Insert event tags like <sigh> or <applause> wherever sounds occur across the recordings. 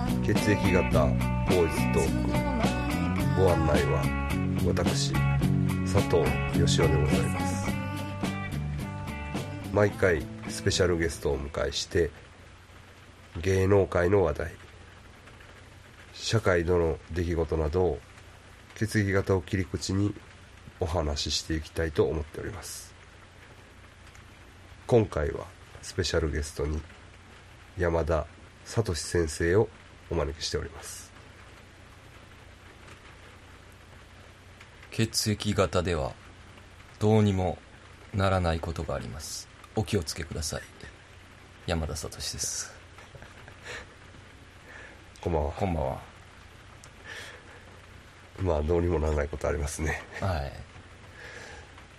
き方ボーイズトークご案内は私佐藤義雄でございます毎回スペシャルゲストをお迎えして芸能界の話題社会との出来事などを血液型を切り口にお話ししていきたいと思っております今回はスペシャルゲストに山田聡先生をお招きしております血液型ではどうにもならないことがありますお気をつけください山田聡ですこんばんはこんばんはまあどうにもならないことありますねはい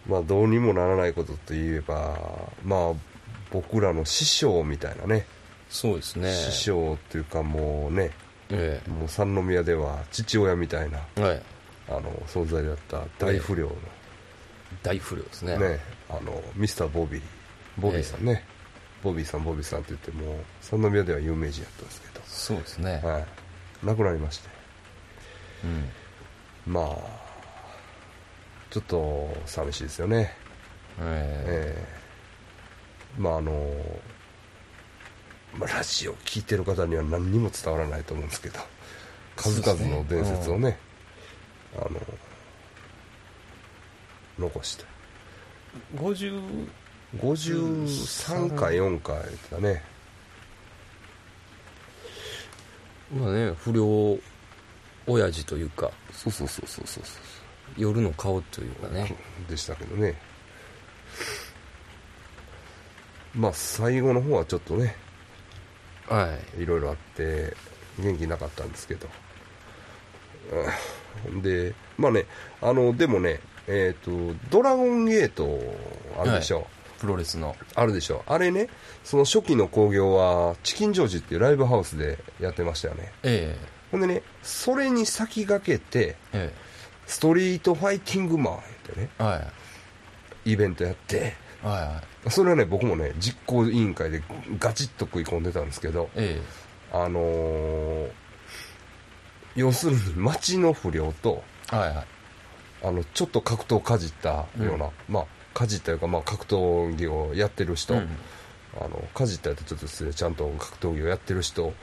まあどうにもならないことといえばまあ僕らの師匠みたいなねそうですね師匠というかもうねえもう三宮では父親みたいなえはいあの存在だった大不良の、大不良ですねね、あのミスターボビーボビーさんね、ボビーさんボビーさんって言ってもう三宮では有名人やったんですけそうですね、ど、はい、亡くなりましてうんまあちょっと寂しいですよね、えええまああの、まあ、ラジオ聞いてる方には何にも伝わらないと思うんですけど数々の伝説をねあの残してえ50 53か4回だねまあね不良親父というかそうそうそうそうそう夜の顔というかねでしたけどねまあ最後の方はちょっとねはいいろいろあって元気なかったんですけど、うん、でまあねあのでもねえっ、と「ドラゴンゲート」あるでしょ、プロレスのあるでしょあれねその初期の興行はチキンジョージっていうライブハウスでやってましたよねえほんでねそれに先駆けてええストリートファイティングマンってねえはいイベントやってはいはいそれはね僕もね実行委員会でガチッと食い込んでたんですけどえあのー要するに町の不良とえはいはいあのちょっと格闘をかじったような、まあかじったというか、まあ、格闘技をやってる人、うんあのかじったとちょっと失礼ちゃんと格闘技をやってる人を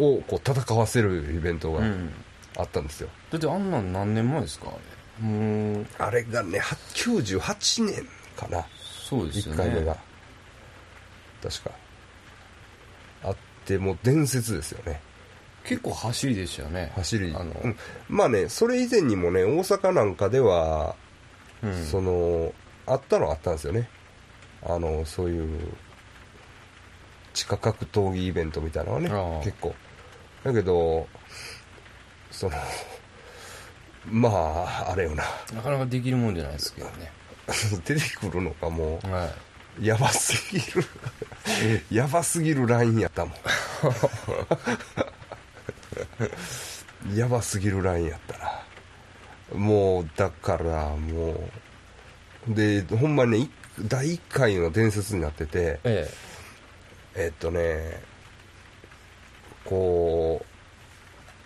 こう戦わせるイベントうがんあったんですよ、だってあんなん何年前ですかあれもうあれがねは98年かなそうですよ1ね回目が確かあってもう伝説ですよね結構走りでしたよね走りあの、うんまあねそれ以前にもね大阪なんかでは、うんそのあったのはあったんですよねあのそういう地下格闘技イベントみたいなのはねあー結構だけどその <laughs> まああれよな <laughs> なかなかできるもんじゃないですけどね出てくるのがもうはいやばすぎるやばすぎるラインやったもんやばすぎるラインやったなもうだからもうでほんまねい第1回の伝説になっててええっとねこ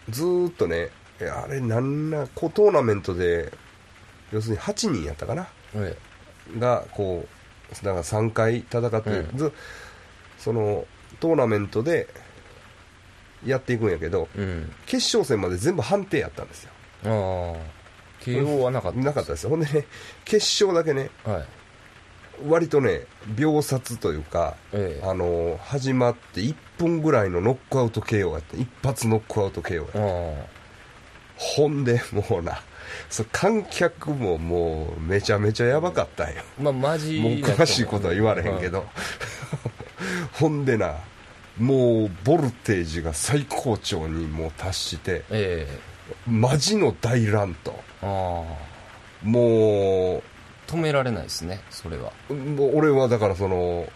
うずーっとねえあれなんなこうトーナメントで要するに8人やったかなええがこうだから3回戦って、うんずそのトーナメントでやっていくんやけどえうん決勝戦まで全部判定やったんですよああ KO はなかったなかったですよほんでね決勝だけねたはい割とね秒殺というか、ええあの始まって1分ぐらいのノックアウト KO やって一発ノックアウト KO やって、あほんでもうなそう観客ももうめちゃめちゃやばかったんよあまあマジもう詳しいことは言われへんけど、ほんでなもうボルテージが最高潮にもう達してえマジの大乱闘えあもあ止められないですねそれはうもう俺はだからその「お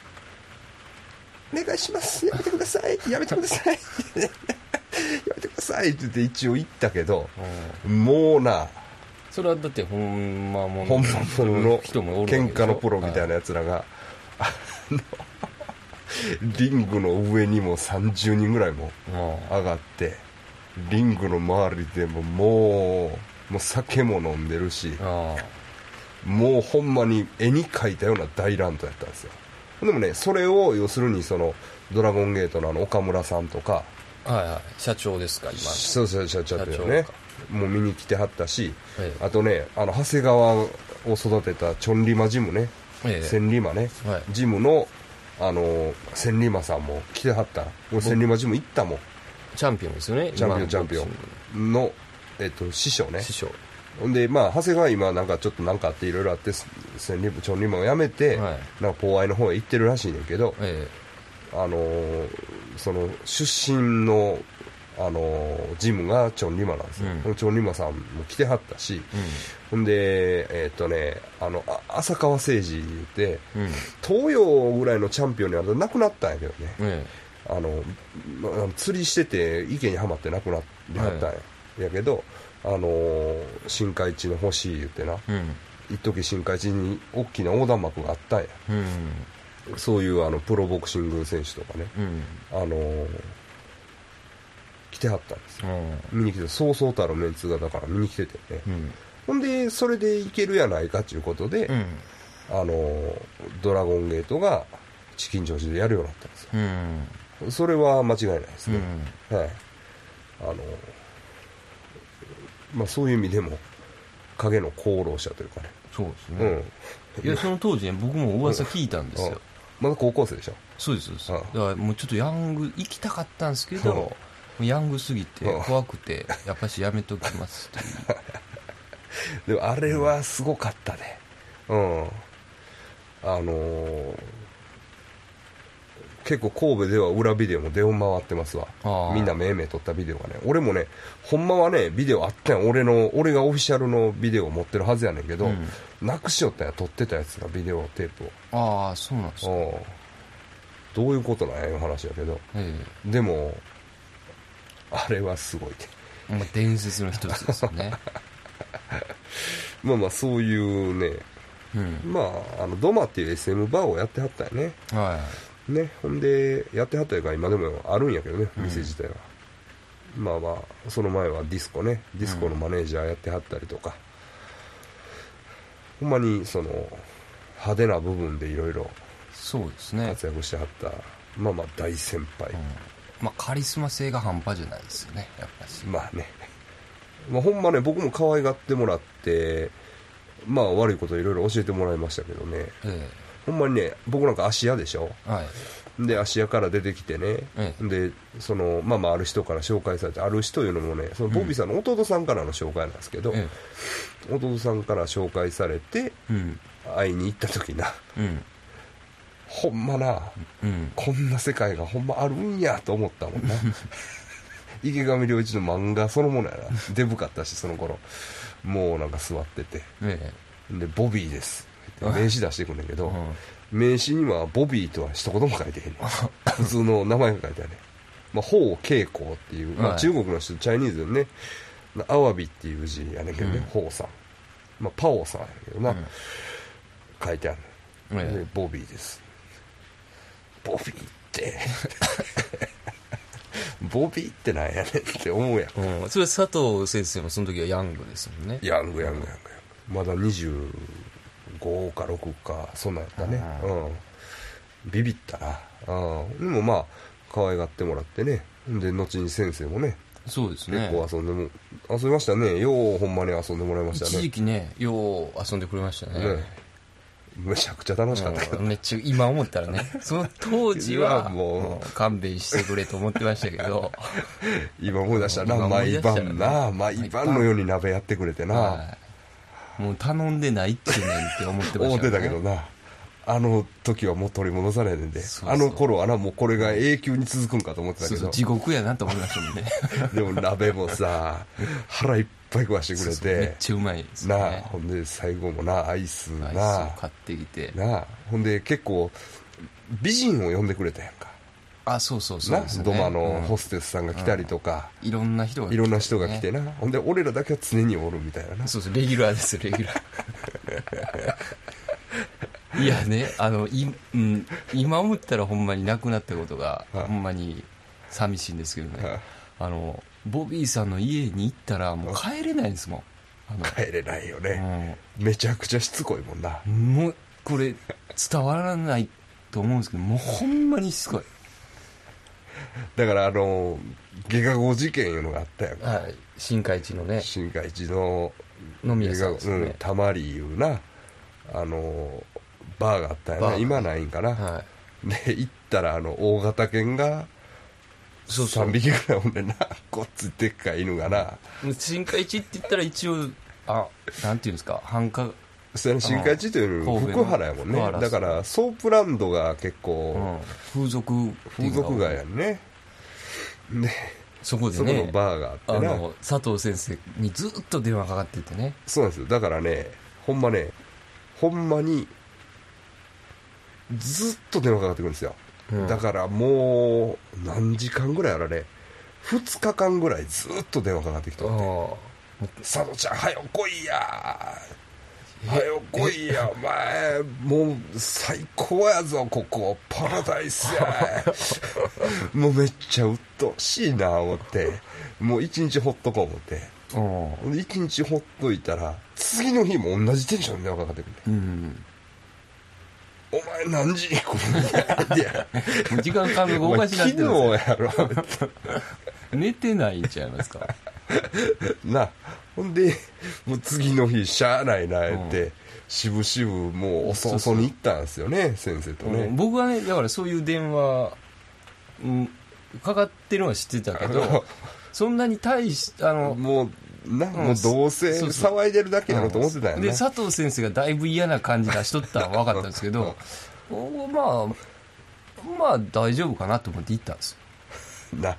願いしますやめてくださいやめてくださいやめてください」って言って一応言ったけどうんもうなそれはだってほんまもん本物の人もおるわけでし喧ょ嘩のプロみたいなやつらが、あのリングの上にも30人ぐらいもはいああ上がってリングの周りでももうもう酒も飲んでるしあもうほんまに絵に描いたような大乱闘やったんですよでもねそれを要するにそのドラゴンゲートのあの岡村さんとかあはいはい社長ですか今そうそう社長だよ社ね長かもう見に来てはったしええあとねあの長谷川を育てたチョンリマジムねええ千里馬ね、はいジムのあの千里馬さんも来てはった俺千里馬ジム行ったもんチャンピオンですよねチャンピオンチャ今のンボクピオシグンの、えっと、師匠ねの師匠ほんでまあ長谷川今なんかちょっとなんかあっていろいろあって千里馬チョンリマを辞めて、はなんか後愛の方へ行ってるらしいねんけど、えあのーその出身の、あのージムがチョン・リマなんですよ、うチョン・リマさんも来てはったし、えほんで、えーっとね、あのあ浅川誠二言って、うんうん東洋ぐらいのチャンピオンにあれ亡くなったんやけどね、えあのまあ釣りしてて池にはまって亡くなってはったんや,、やけど、あのー深海地の星言ってな、えうん一時深海地に大きな横断幕があったんや、うんそういうあのプロボクシング選手とかね。うんあのー来てはったんですようん見に来てそうそうたるメンツがだから見に来ててね、うんほんでそれでいけるやないかということで、うんあのードラゴンゲートがチキンジョージでやるようになったんですようんそれは間違いないですうね、んはいあのーまあそういう意味でも影の功労者というかねそうですうねん、いやその当時ね僕も噂聞いたんですうんよまだ高校生でしょそうですそうですうんだからもうちょっとヤング行きたかったんですけどうんもうヤングすぎてうん怖くてやっぱしやめときますって <laughs> いでうもあれはすごかったねうん、あのー結構神戸では裏ビデオも出回ってますわあーみんなめいめい撮ったビデオがね俺もねほんまはねビデオあったんや俺の俺がオフィシャルのビデオを持ってるはずやねんけど、なくしよったんや撮ってたやつがビデオテープああそうなんですかを、うん、どういうことなんやいう話やけどえでもあれはすごいねえまあ伝説の一つですよねまあまあそういうねうんまああのドマっていう SM バーをやってはったんやねはね、ほんで、やってはったやから今でもあるんやけどね、うん店自体は。まあまあ、その前はディスコね、ディスコのマネージャーやってはったりとか、ほんまにその派手な部分でいろいろいそうですね活躍してはった、まあまあ大先輩う、んまあカリスマ性が半端じゃないですよねやっぱしまあね、まあ、ほんまね、僕も可愛がってもらって、まあ悪いこといろいろ教えてもらいましたけどね、えほんまにね、僕なんか芦屋でしょ。えはいで芦屋から出てきてね、ええでそのまあまあある人から紹介されてある人いうのもねそのボビーさんの弟さんからの紹介なんですけど、え弟さんから紹介されてえうん会いに行った時なうんほんまなうんこんな世界がほんまあるんやと思ったもん <laughs> な池上良一の漫画そのものやなデブかったしその頃もうなんか座っててえでボビーですって名刺出してくんだけえど、うん名刺にはボビーとは一言も書いてへんねん普通の名前が書いてあるねんまあ、ほうけいこうっていう、まはあ、い中国の人、チャイニーズのね、まあアワビっていう字やねんけどね、うんほうさん。まあ、パオさんやけどな、うん書いてあるねん、ええで、ボビーです。ボビーって、 <laughs> ボビーってなんやねんって思うやん。うん、それ佐藤先生もその時はヤングですもんねヤングヤングヤングヤングまだ25か6かそんなんやったねううんビビったなうんでもまあ可愛がってもらってねで後に先生もねそうです結ね構遊んでも、遊びましたねようほんまに遊んでもらいました一時ね期ねよう遊んでくれましたねねめちゃくちゃ楽しかったけど、うんめっちゃ今思ったらねその当 <laughs> 時いやはもうもう勘弁してくれと思ってましたけ <laughs> ど今思い出したな今思い毎出したらね晩な毎晩のように鍋やってくれてなはいもう頼んでないってねんって思ってま思しったてたけどなあの時はもう取り戻されへんでそうそうあの頃はなもうこれが永久に続くんかと思ってたそけうどそう地獄やなと思いましたもんね <laughs> でも鍋もさ腹いっぱい食わしてくそうれそうめってちゃうまいですよなあねほんで最後もなアイスアイスなを買ってきてなあほんで結構美人を呼んでくれたやんかあそうそうそうなですねドマのうんホステスさんが来たりとか、いろんな人が来ていろんな人が来てな、ほんで俺らだけは常におるみたいななそうそう、レギュラーですよ、レギュ <laughs> ラー。いやね、あの、い、うん、今思ったらほんまに亡くなったことが、はいほんまに寂しいんですけどね。あのボビーさんの家に行ったらもう帰れないんですもんあの帰れないよね、めちゃくちゃしつこいもんなうんもうこれ伝わらないと思うんですけどもうほんまにしつこい、だからあの下賀号事件いうのがあったやんかはい、新海地のね新海一の飲み屋さんですようねん、たまりいうなあのバーがあったんやバーな今ないんかな、はいで行ったらあの大型犬がそうそう3匹ぐらいおんでな <laughs> こっちでっかい犬がな深海地って言ったら一応あなんていうんですか繁華それ新海地というよありあ福原やもん神ね戸の福原だからソープランドが結うん構風俗って風いうのが俗街やんね、でそこでそこのねバーがああってなの佐藤先生にずっと電話かかっててねそうなんですよだからねほんまねほんまにずっと電話かかってくるんですよ、うんだからもう何時間ぐらいあられ2日間ぐらいずっと電話かかってきたああ佐野ちゃん、はよ来いやはよ来いや、お前、もう最高やぞ、ここ、パラダイス <laughs> や。もうめっちゃ鬱陶しいな、思って。もう一日ほっとこう、思って。うんほんで一日ほっといたら、次の日も同じテンションで電話かかってくうんる。お前何時に来るんや、いや。もう時間感覚おかしなってるんお前で昨日やろ。すよ寝てないんちゃいますかなほんでもう次の日しゃあないなえって、うしぶしぶもうおそおそうそそうに行ったんですよね先生とうんね僕はねだからそういう電話うんかかってるのは知ってたけあどのそんなに大しあのもうなもうどうせそうそう騒いでるだけやろと思ってたんでやな佐藤先生がだいぶ嫌な感じ出しとったのは分かったんですけどおまあまあ大丈夫かなと思って行ったんですよな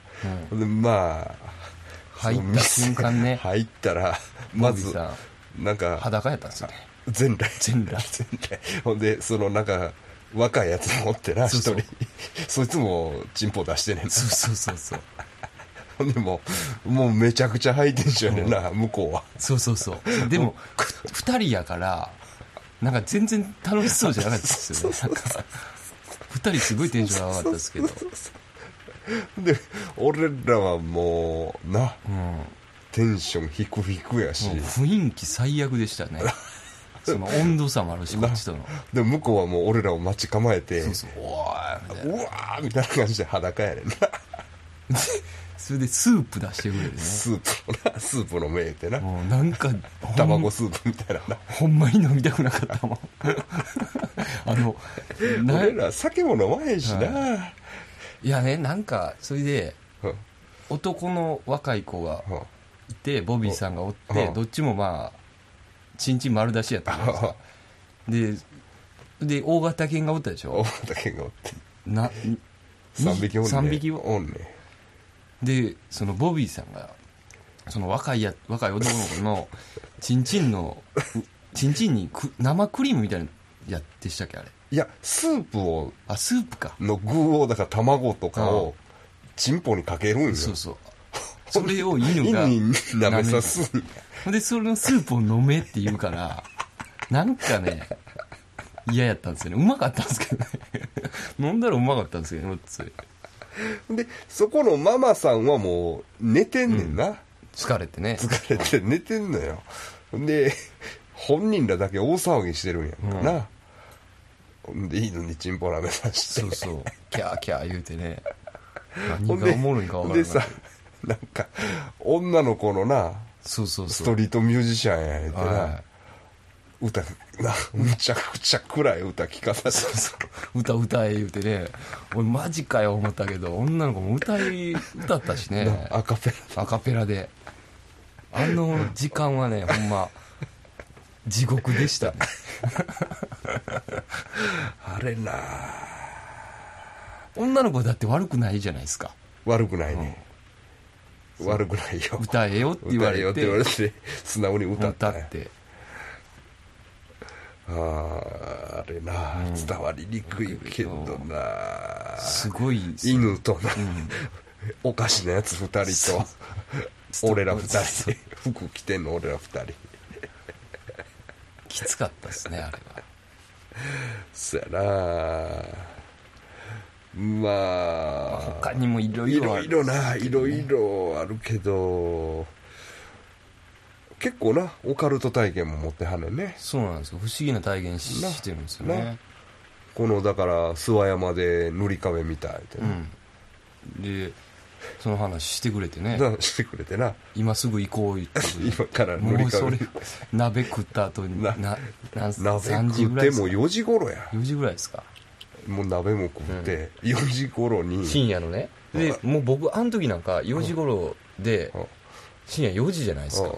うんほんでまあ入そのった店瞬間ね入ったらまボビーずさなんんか裸やったんですよね全裸全裸 <laughs> 全裸ほんでそのなんか若いやつ持ってなそ一うそう人そいつもチンポ出してねんなそうそうそうそうほんでもうもうめちゃくちゃハイテンションやねんな向こうはそうそうそうでもく2人やからなんか全然楽しそうじゃなかったですよねなんか2人すごいテンション上がったんですけどで俺らはもうなうんもテンションひくひくやうし雰囲気最悪でした <laughs> ねその温度差もあるしこっちとのでも向こうはもう俺らを待ち構えてそうそうおーみたいなうわーみたいな感じで裸やねんなそれでスープ出してくれるねスープのなスープの目ってなもうな <laughs> んかタバコスープみたいななほんまに飲みたくなかったもん <laughs> あのな俺ら酒も飲まへんしな、いやねなんかそれでうん男の若い子がうんいてボビーさんがおっうんてうんどっちもまあちんちん丸出しやったじゃないですかでで大型犬がおったでし大ょ型犬がおってな3匹おんね3匹をおんねでそのボビーさんがその若いや若い男の子のちんちんのちんちんにく生クリームみたいなやってしたっけあれいやスープをあスープかの具をだから卵とかをチンポにかけるんよそうそうそれを犬が <laughs> 犬に舐めさすんやで、そのスープを飲めって言うから、なんかね、嫌やったんですよね。うまかったんですけどね。 <laughs> 飲んだらうまかったんですけどね、ついでそこのママさんはもう寝てんねんな、疲れてね。疲れて寝てんのよで本人らだけ大騒ぎしてるんやんかな、ほんでいいのにチンポ舐めさしてそうそう。キャーキャー言うてね。ほん何がでおもろいんかわほかんらでない。さなんか女の子のなそうそうスそトう。リートミュージシャンやねんてな、は歌なむちゃくちゃ暗い歌聞かさい。せ、そうそう <laughs> 歌歌え言うてね。俺マジかよ思ったけど、女の子も歌い、歌ったしてねな。アカペラアカペラで。あの時間はね、ほんま、地獄でしたね。あれなあ女の子だって悪くないじゃないですか。悪くないね、悪くないよ歌えよって言わ歌えれよてって言われて素直に歌っ歌ったたんやってあーあれな、うん伝わりにくいけどなすごいですよ犬とな、んおかしなやつ2人そと俺ら2そ人服着てんの俺ら2人きつかったですねあれはそやなまあ他にもいろいいろあろるいろないろいねろあるけど結構なオカルト体験も持ってはんねんねそうなんですよ不思議な体現しなしてるんですよねなこのだから諏訪山で塗り壁みたいって、うんでその話してくれてねなしてくれてな今すぐ行こう言って今から塗もりうそ壁れ鍋食った後にななな何鍋3時食ぐっらいてですもか4時頃や4時ぐらいですかもう鍋も食って、4時頃に深夜のねでもう僕あの時なんか4時頃でうん深夜4時じゃないですかうん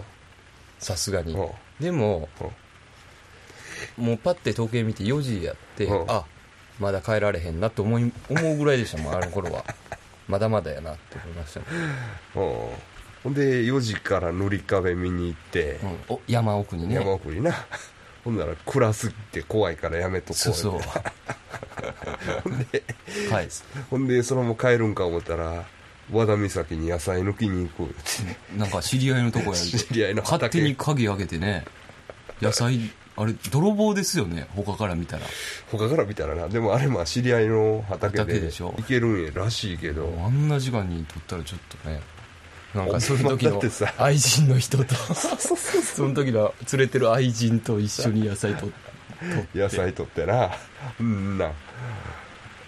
さすがにうんでもうんもうパッて時計見て4時やってうんあまだ帰られへんなと思い思うぐらいでしたもんあの頃 <laughs> はまだまだやなって思いましたねうんほんで4時から塗り壁見に行って、うんお山奥にね山奥になほんなら暗すぎて怖いからやめとこう <laughs> そうそう言うてはいほんでそのまま帰るんか思ったら和田岬に野菜抜きに行こう言ってねなんか知り合いのとこやで知り合いの畑勝手に鍵開けてね野菜あれ泥棒ですよね他から見たら他から見たらなでもあれまあ知り合いの畑畑ででしょ行けるんやらしいけどあんな時間に撮ったらちょっとねなんかそほんまの時だっのてさ愛人の人と <laughs> そうそうそその時の連れてる愛人と一緒に野菜とう野菜取ってなうんな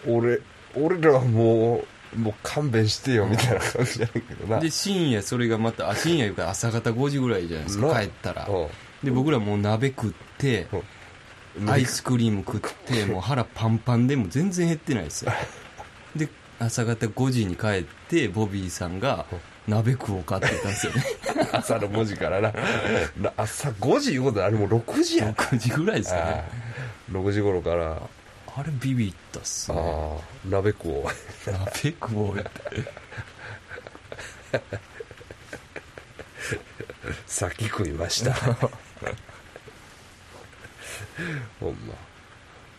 俺俺らはもうもう勘弁してよみたいな感じやねんけどなで深夜それがまたあ深夜いうか朝方5時ぐらいじゃないですかな帰ったらうんで僕らもう鍋食ってうんアイスクリーム食ってもう腹パンパンでもう全然減ってな <laughs> いですよで朝方5時に帰ってボビーさんが鍋食おうかって言ったんです <laughs> よね <laughs> 朝の5時からなな朝5時いうことはあれもう6時やん6時ぐらいですかあねあ6時頃からあれビビったっすねああ鍋食おう鍋食おうって先食いま <laughs> したほんま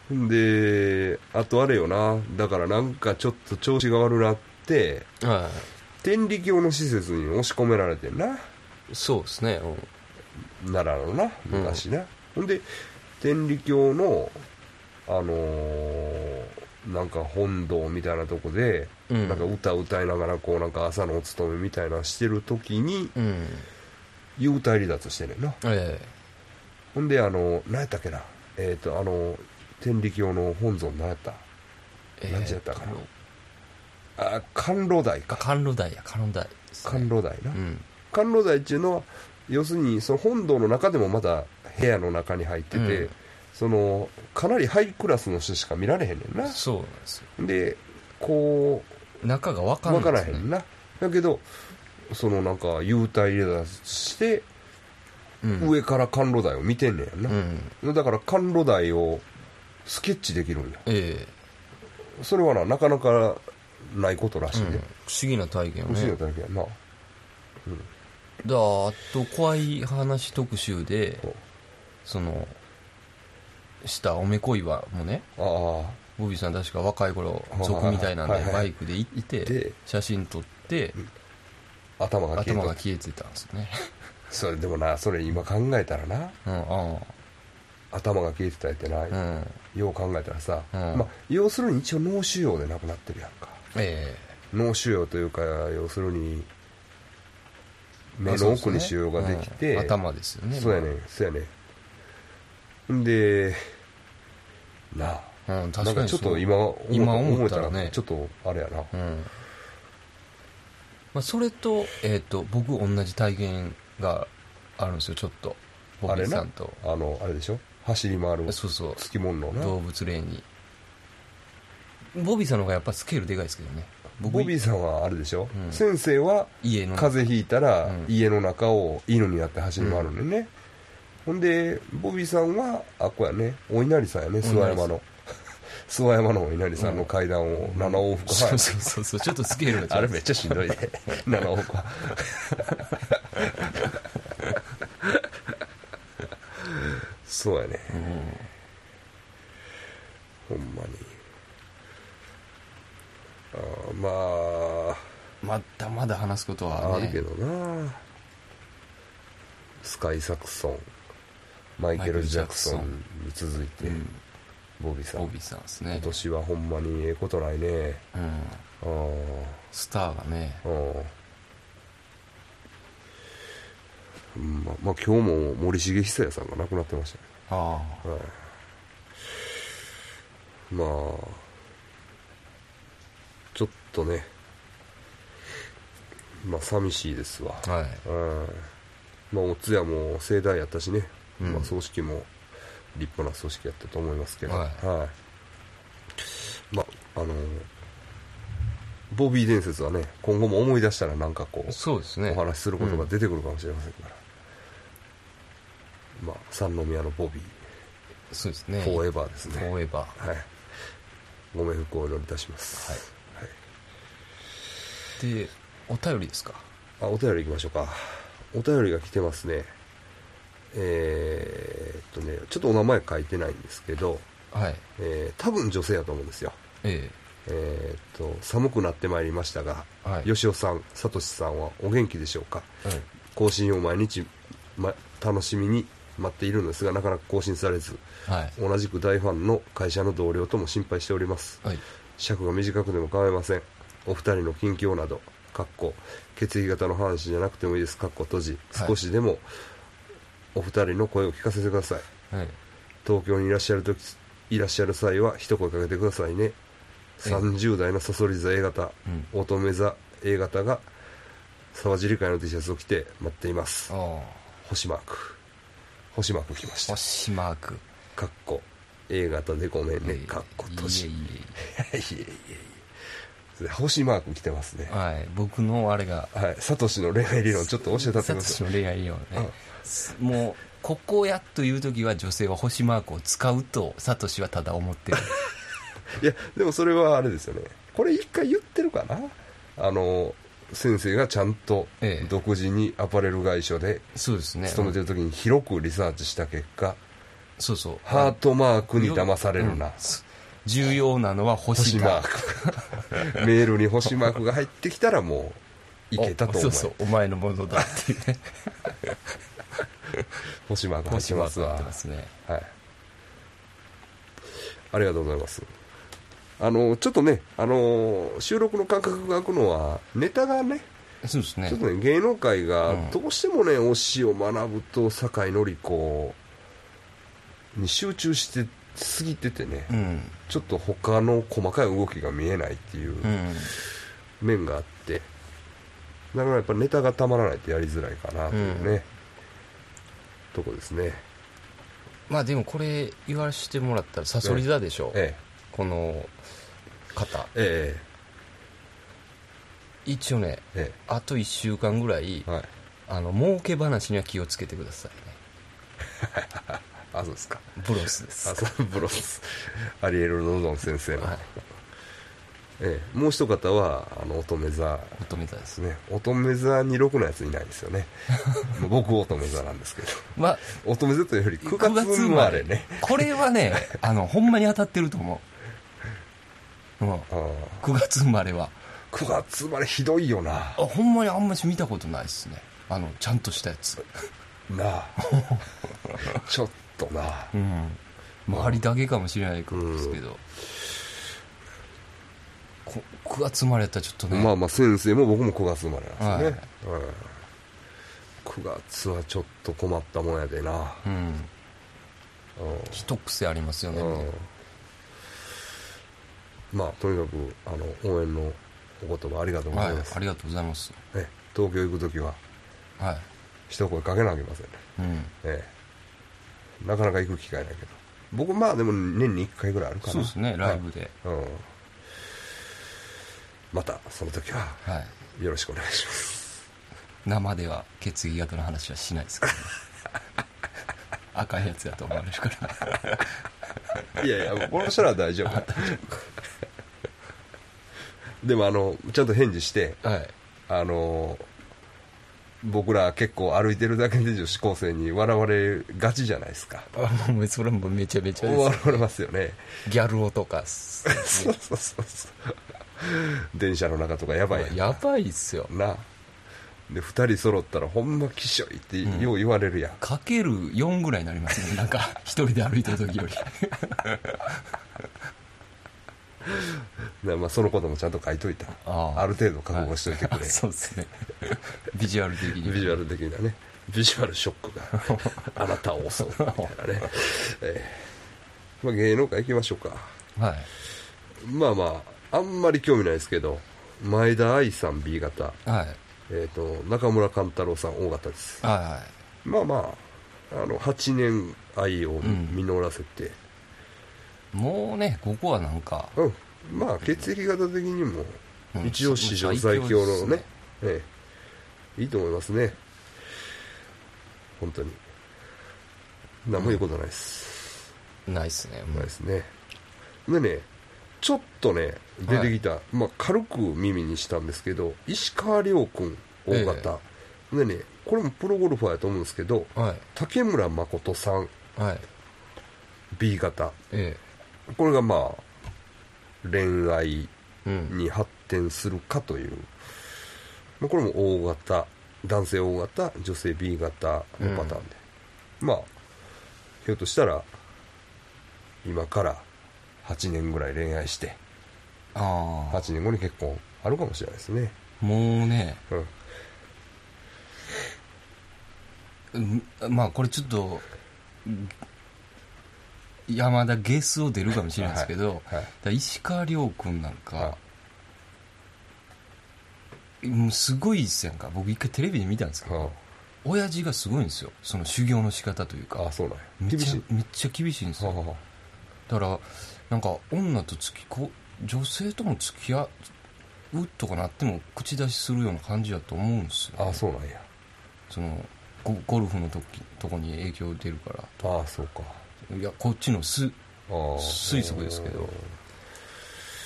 ほんであとあれよなだからなんかちょっと調子が悪なっては天理教の施設に押し込められてんないそうですねうん奈良のな昔な、ほんで天理教のあのーなんか本堂みたいなとこで、うんなんか歌歌いながらこうなんか朝のお勤めみたいなしてる時にうん幽体離脱してんねんなえほんであの何やったっけなえっ、とあの天理教の本尊何やったえ何時やったかなあ甘露台か甘露台や甘露台ですね甘露台な、うん甘露台っていうのは要するにその本堂の中でもまだ部屋の中に入ってて、うんそのかなりハイクラスの人しか見られへんねんなそうなんですよでこ中が分うかん分ないからですへねんな、だけどそのなんか幽体離脱して、うん上から甘露台を見てんねんうな、んだから甘露台をスケッチできるんやええそれはななかなかないことらしいうんね、不思議な体験をうしいねだけやなだあと怖い話特集でこそのしたおめこいはもねうあボビーさん確か若い頃はい族みたいなんではいはいバイクで行っ行ってて写真撮ってあ頭が消え頭たが消えてたんですよねそれでもなそれ今考えたらなうんあ頭が消えてたやってない、あうんよう考えたらさ、うんまあ、要するに一応脳腫瘍で亡くなってるやんかえ脳腫瘍というか要するに目の奥に腫瘍ができて、うん頭ですよねそうやねんそうやねんんでなあまあうんな確んかかにちょそうっと今思う今思ったらね思ちょっとあれやな、うんまあ、それと,、えー、と僕同じ体験があるんですよちょっとボあビれーなさんとあのあれでしょ走り回るそうそうつきもんのな動物霊にボビーさんの方がやっぱスケールでかいですけどねボビーさんはあれでしょ、うん先生は家の風邪ひいたらうん家の中を犬になって走り回るのね、ほんでボビーさんはあこやねお稲荷さんやね諏訪山の <laughs> 諏訪山のお稲荷さんの階段を7往復そ半うそうそうそうちょっとスケールが <laughs> あ違れうめっちゃしんどいで7往復半そうやねほんまにあーまあまだまだ話すことは、あね、るけどなスカイ・サクソンマイケル・ジャクソンに続いて、うんボビーさんボビーさんですね今、年はほんまにええことないねうん、ああスターがねうんままあ今日も森重久也さんが亡くなってましたねああまあちょっとねまあ寂しいですわはいうんまあお通夜も盛大やったしね、うんまあ、葬式も立派な葬式やったと思いますけど、はいまああのボビー伝説はね今後も思い出したらなんかこうそうですねお話しすることが出てくるかもしれませんから、まあ三宮のボビーうんそうですねフォーエバーですね、フォーエバーはいご冥福をお祈りいたします、でお便りですかあお便り行きましょうかお便りが来てますねえーっとねちょっとお名前書いてないんですけど、はいえー多分女性やと思うんですよええーっと寒くなってまいりましたが、はい吉尾さん、さとしさんはお元気でしょうかえ更新を毎日、ま、楽しみに待っているのですがなかなか更新されずはい同じく大ファンの会社の同僚とも心配しておりますはい尺が短くでも構いませんお二人の近況などかっこ血液型の話じゃなくてもいいですかっこ閉じはい少しでもお二人の声を聞かせてくださいはい東京にいらっしゃる時いらっしゃる際は一声かけてくださいねえ30代のさそり座 A 型、う乙女座 A 型が沢尻会の T シャツを着て待っていますああ星マーク星マーク来ました星マークかっこ A 型でごめんねええかっこ閉じいえいえいいえいえいえ星マーク来てますねえはい僕のあれがはいサトシの恋愛理論ちょっと教えたってサくだトシさいの恋愛理論ねもうここやという時は女性は星マークを使うとサトシはただ思っ <laughs> てるいやでもそれはあれですよねこれ一回言ってるかなあの先生がちゃんとええ独自にアパレル会社でそうですね勤めてる時に広くリサーチした結果、そうそうハートマークに騙されるな、うん重要なのは星星ママークークメールに星マークが入ってきたらもういけたと思おうそうそうお前のものだっていうね <laughs> 星マーク入って星マまーすクになわってますねはい。ありがとうございます。あの、ちょっとね、あの、収録の間隔が空くのは、ネタがね、そうですねちょっとね、芸能界がうんどうしてもね、推しを学ぶと、酒井紀子に集中してすぎててね、うんちょっと他の細かい動きが見えないっていううん面があって、だからやっぱネタがたまらないとやりづらいかなというね、うんとこですね。まあでもこれ言わせてもらったらサソリ座でしょ、えこの方え、え一応ねえ、えあと1週間ぐらいえ、はい。あの儲け話には気をつけてくださいねあ、そうですか。ブロスですあそうブロスアリエル・ロドン先生の、はいええ、もう一方はあの乙女座で求めたですすねね乙女座にろくなやついないですよ <laughs> ねまあ僕乙女座なんですけどまあ乙女座というより9月9月生生ままれれねねこれは <laughs> ねあのほんまに当たってると思う、うん、ああ9月生まれは9月生まれひどいよなあほんまにあんまし見たことないですねあのちゃんとしたやつな <laughs> あちょっとなうん周りだけかもしれないですけど、こ9月生まれやったらちょっとね、まあまあ先生も僕も9月生まれなんですよね、うん、9月はちょっと困ったもんやでな、うんうん一癖ありますよね、うんまあとにかくあの応援のお言葉ありがとうごはざいいます、ありがとうございますええ東京行く時ははい一声かけなきゃいけませんね、うんええなかなか行く機会ないけど僕まあでも年に1回ぐらいあるかなそうですねライブではいうん、またその時ははい、よろしくお願いします生では血液型の話はしな <laughs> いですから、ね、赤いやつだと思われるからいやいやこの人らは大丈夫 <laughs> でもあのちゃんと返事してはいあの僕ら結構歩いてるだけで女子高生に笑われがちじゃないですかあもうそれもめちゃめちゃで笑われますよねすギャル男かっすそうそうそうそう電車の中とかやばいやばいっすよなで2人揃ったらほんまきしょいってうんよう言われるやん、かける4ぐらいになりますねなんか一人で歩いてる時よりなまあ、そのこともちゃんと書いといたあある程度覚悟しといてくはれ、そうですねビジュアル的にビジュアル的なねビジュアルショックがあなたを襲うみたいなね、ええまあ、芸能界行きましょうかはいまあまああんまり興味ないですけど前田愛さん B 型、はいえー、と中村勘太郎さん O 型ですはまあまああの8年愛をん実らせて、いもうねここはなんかうんまあ血液型的にもうん一応史上最強の最ね強ですね、ええ、いいと思いますね本当に何も言うことないです、ないっすねないですねでねちょっとね出てきた、まあ、軽く耳にしたんですけど石川遼君大型、でねこれもプロゴルファーやと思うんですけどはい竹村誠さんはい B 型えこれがまあ恋愛えうんに発展するかという、まあ、これも O 型男性 O 型女性 B 型のパターンで、まあひょっとしたら今から8年ぐらい恋愛してああ8年後に結婚あるかもしれないですね、もうねうん、うんまあこれちょっとうん山田ゲスを出るかもしれないですけど、はいだから石川遼君なんか、はもうすごいっすやんか僕一回テレビで見たんですけどは親父がすごいんですよその修行の仕方というあ、あかそうなんやめっ厳ちしゃいめっちゃ厳しいんですはよあはあはだからなんか女と付きこう女性とも付き合うとかなっても口出しするような感じだと思うんですよ、ああそうなんやそのゴゴルフの時とこに影響出るからああそうかいやこっちのすああ推測ですけど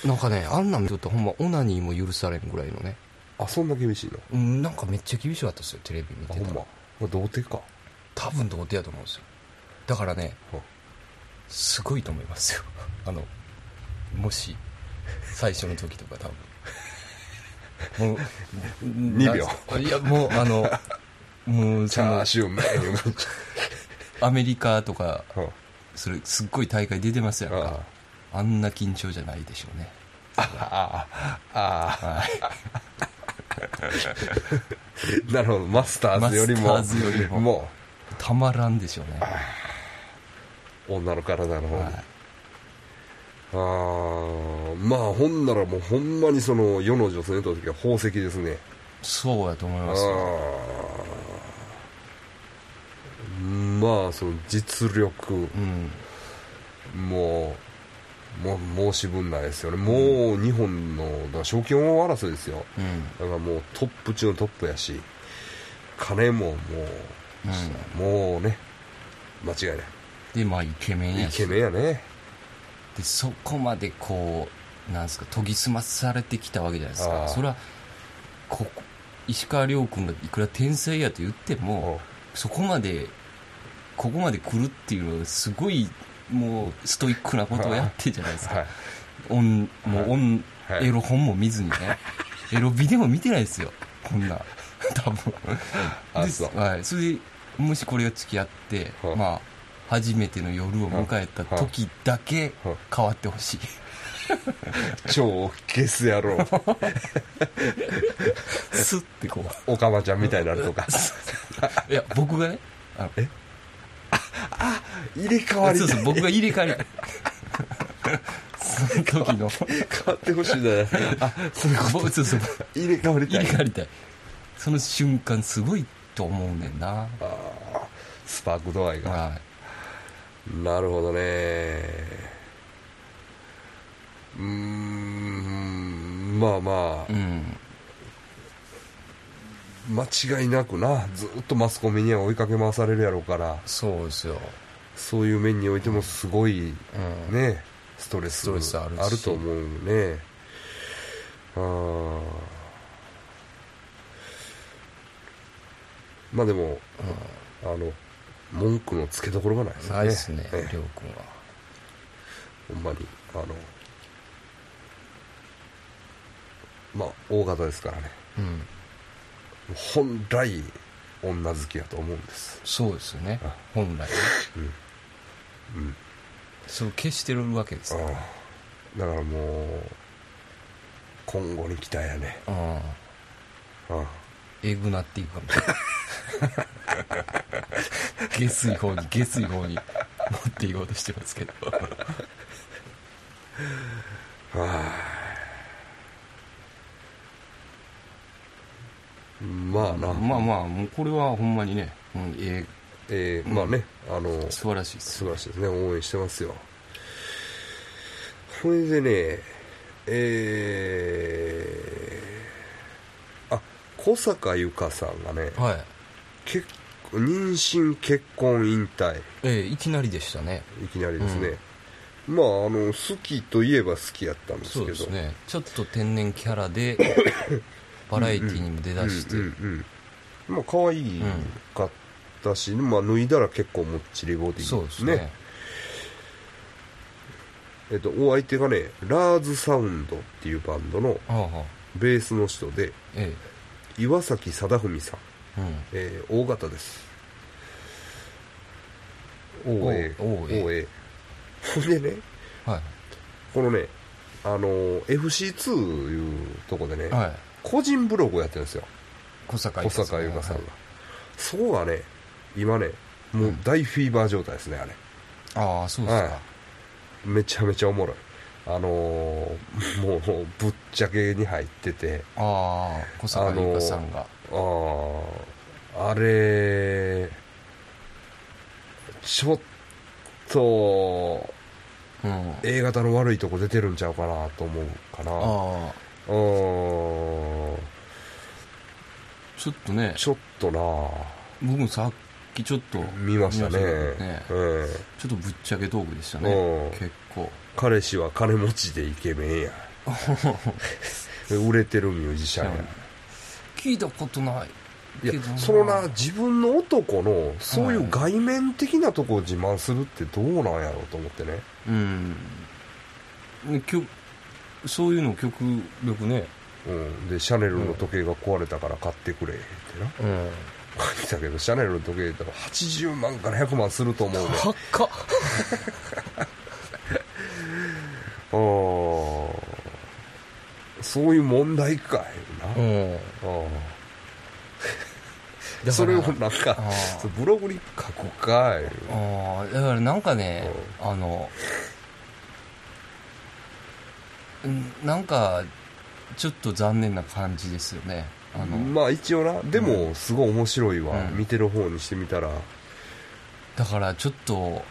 なんかねあんなん見とったらほんまオナニーも許されんぐらいのねあそんな厳しいのうんなんかめっちゃ厳しかったですよテレビ見あてほんたまらまあ童貞か多分童貞やと思うんですよだからねはすごいと思いますよ <laughs> あのもし最初の時とか多 <laughs> 分もう二秒ないやもうあ <laughs> のもうあチそャのーシューメン言う感じアメリカとか <laughs> はあそれすっごい大会出てますやんあかあんな緊張じゃないでしょうねあああはいあなるほどマスターズよりもマスターズよりももたまらんでしょうねう女の体の方に、はいあーまあほんならもうほんまにその世の女性にとっては宝石ですねそうやと思いあますよーまあその実力うんもうもう申し分ないですよねもう日本のだから賞金王争いですようんだからもうトップ中のトップやし金ももう、もうね間違いないでまあイケメンイやしケメンやねでそこまでこうなんですか研ぎ澄まされてきたわけじゃないですああかそれはここ石川遼君がいくら天才やと言ってもそこまでここまで来るっていうのはすごいもうストイックなことをやってじゃないですはかいオンもうオンはいエロ本も見ずにねエロビデオも見てないですよこんな多分あでそうはい、それでもしこれが付き合って、はいまあ初めての夜を迎えた時だけはい変わってほしい、超ゲス野 <laughs> 郎 <laughs> スッてこうオカマちゃんみたいになるとか <laughs> いや僕がねあの入れ替わりそうそう僕が入れ替わり <laughs> その時の変わってほしいんだね <laughs> あそういうこ僕そうそうと入れ替わり入たれい替わりたいその瞬間すごいと思うねんなあースパーク度合いがはなるほどねうーんまあまいうんあ間違いなくなずっとマスコミには追いかけ回されるやろうからそうですよ、そういう面においてもすごいうんねストレスストレスあるしと思うねあーまあでもあの文句のつけどころがないですねないですねええりょうくんはほんまにあのまあ大型ですからねうん本来女好きやと思うんですそうですよねあ本来ねうんうんそれを消してるわけですああだからもう今後に期待やねうんああえぐなっていくかもしれない <laughs> 下水方に下水方に持っていこうとしてますけどまあなまあまあもうこれはほんまにね、うん、ええーまあねあのえ素晴らしいです素晴らしいですね応援してますよそれでねえー、あ小坂由香さんがねはい結婚妊娠結婚引退ええいきなりでしたねいきなりですね、まああの好きといえば好きやったんですそうけでどすねちょっと天然キャラ <laughs> でバラエティにも出だして、うんうんうん、まあ可愛いかったし、まあ脱いだら結構もっちりボディそうですねえっと、お相手がねラーズサウンドっていうバンドのはあはあベースの人でえ岩崎貞文さん、ええー、大型ですお OA OA ほんでねうんはこのねあのー FC2 いうとこでね、いはい個人ブログをやってるんですよ小坂小坂優香さんはがい、そこがね今ねもう大フィーバー状態ですねあれああそうですか、はいめちゃめちゃおもろいあのーもうもうぶっちゃけに入っててああ小坂優香さんが、あああれちょっとうん A 型の悪いとこ出てるんちゃうかなと思うかなああうーんちょっとねちょっとな僕もさっきちょっと見ましたね見けどねうんちょっとぶっちゃけトークでしたねうん結構彼氏は金持ちでイケメン <laughs> や売れてるミュージシャンや聞いたことないいけやどなそのな自分の男のそういう外面的なとこを自慢するってどうなんやろうと思ってねうんね曲そういうのを極力ね、うん、でシャネルの時計が壊れたから買ってくれってなうん、書いてたけどシャネルの時計だったら80万から100万すると思うで高っかあーそういう問題かいな、んあーだからそれをなんかあーブログに書くかいああだからなんかね、あのうんなんかちょっと残念な感じですよねあの、まあ一応なでもすごい面白いわ、うん見てる方にしてみたらだからちょっと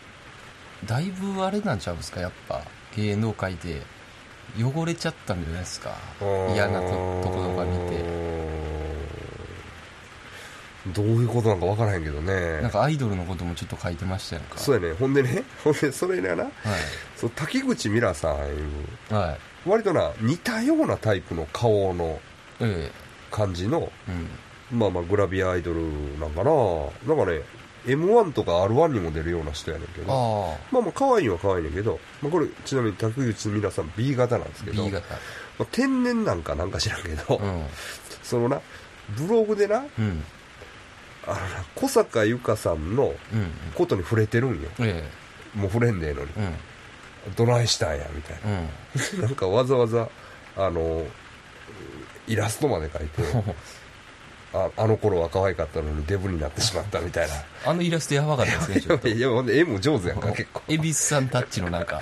だいぶあれなんちゃうんですかやっぱ芸能界で汚れちゃったんじゃないですか嫌なこととことか見ててどういうことなんか分からへんけどねなんかアイドルのこともちょっと書いてましたやんかそうやねほんでねほんでそれがなそう滝口ミラさんいうはいはい割とな似たようなタイプの顔のえ感じのえうんまあまあグラビアアイドルなんかななんかね m 1とか r 1にも出るような人やねんけどあまあまあ可愛いは可愛いねんけど、まあ、これちなみに竹内皆さん B 型なんですあけど B 型まあ、天然なんかなんか知らんけど、うんそのなブログでなうんあのな小坂由香さんのうんことに触れてるんようんえもう触れんねえのにえうんどないしたんやみたいうん <laughs> ななんかわざわざあのイラストまで描いて <laughs> ああの頃は可愛かったのにデブになってしまったみたいなあのイラストやばかったですねちょっ <laughs> といやほんで絵も上手やんか結 <laughs> 構恵比寿さんタッチのなんか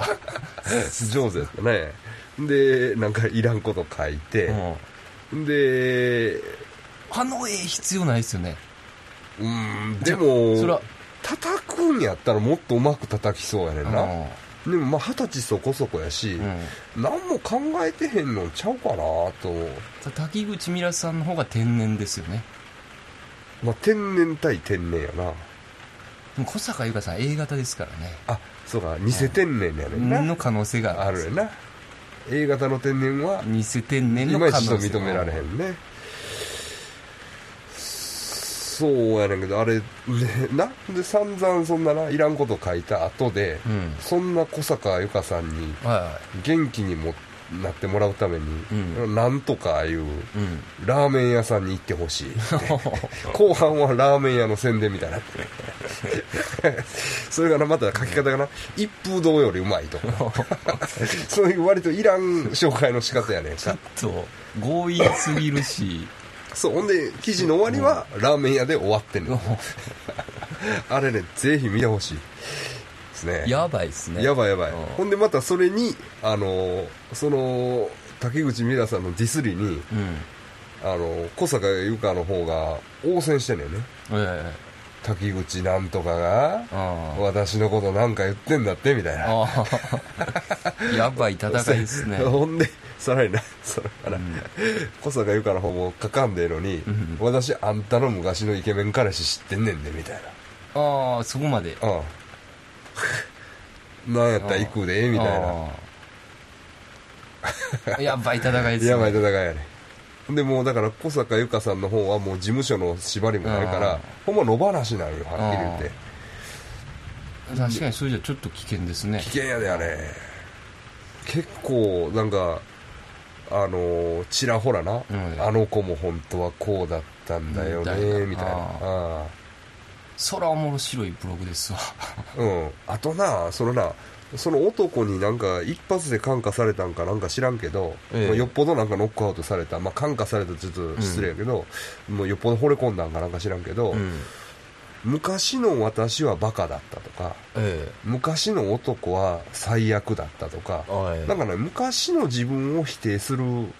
上手やったねでなんかいらんこと書いてう、んであの絵必要ないですよねうんでもそれは叩くんやったらもっとうまく叩きそうやねんな、うでもまあ二十歳そこそこやし、んうん何も考えてへんのちゃうかなと、滝口ミラさんの方が天然ですよねまあ、天然対天然やなでも小坂優香さん A 型ですからねあそうか偽天然やねんな、の可能性がああるるやな A 型の天然は偽天然の今可能一性度認められへんねそうやねんけどあれねなで散々そんなないらんこと書いた後で、うんそんな小坂由香さんには元気にもなってもらうために、うなんとかいううん。ラーメン屋さんに行ってほしい後半はラーメン屋の宣伝みたいになって <laughs> るそれがなまた書き方がな一風堂よりうまいとかそういう割といらん紹介の仕方やねんちょかっと、強引すぎるし、そうほんで記事の終わりはラーメン屋で終わってんのあれねぜひ見てほしいですねやばいっすね。やばいやばい、うんほんでまたそれにあのーその竹口美奈さんのディスりにうん。あのー小坂由香の方が応戦してんのよねえ滝口なんとかがえあ私のことなんか言ってんだってみたいあ。なああ。やばい戦いです <laughs> ね。ほんでさらになそれから、うん小坂由香の方もかかんでえのに、うん私あんたの昔のイケメン彼氏知ってんねんでみたいああ、そこまで。なうん <laughs> なんやったら行くでええみたいなああ。やばい戦いですね。やばい戦いやねほんでもうだから小坂由香さんの方はもう事務所の縛りもないかうらんほんま野放しなんよはっきり言って確かにそれじゃちょっと危険ですね危。険やであれ結構なんかあのーちらほらな、んあの子も本当はこうだったんだよねみみたたいいななあそらおもろ白いブログですわ。あうんあとなそのなその男になんか一発で感化されたんかなんか知らんけど、ええまあよっぽどなんかノックアウトされた、まあ、感化されたらちょっと失礼やけど、もうよっぽど惚れ込んだんかなんか知らんけど、ん。昔の私はバカだったとかえ昔の男は最悪だったとかえ。おいなんかね、昔の自分を否定するうん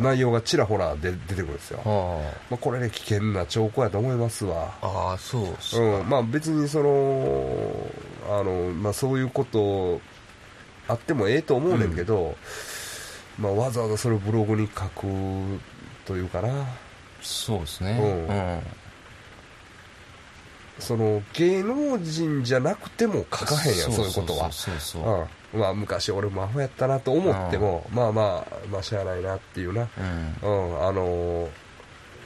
内容がちらほらで出てくるんですよ。まあ、これね、危険な兆候やと思いますわ。ああ、そうっすうん、まあ別にその、あの、まあそういうことあってもええと思うねんけど、まあわざわざそれをブログに書くというかな、そうですね。うんうその芸能人じゃなくても書かへんやん、そういうことは。そうそうそうう。ん、まあ昔俺もアホやったなと思っても、まあまあ、まあしゃあないなっていうな。うん。うん、あのー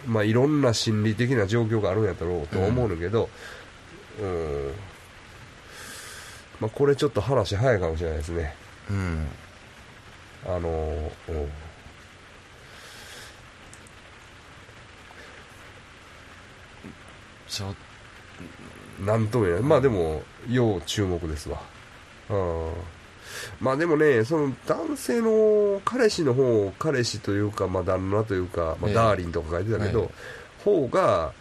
まあいろんな心理的な状況があるんやろうと思うねんだけど、うんまあ、これちょっと話早いかもしれないですねうん。あのーうんちょっとなんとも言えないまあでも要注目ですわうんまあでもねその男性の彼氏の方彼氏というか、まあ、旦那というか、まあ、ええダーリンとか書いてたけど、え方が、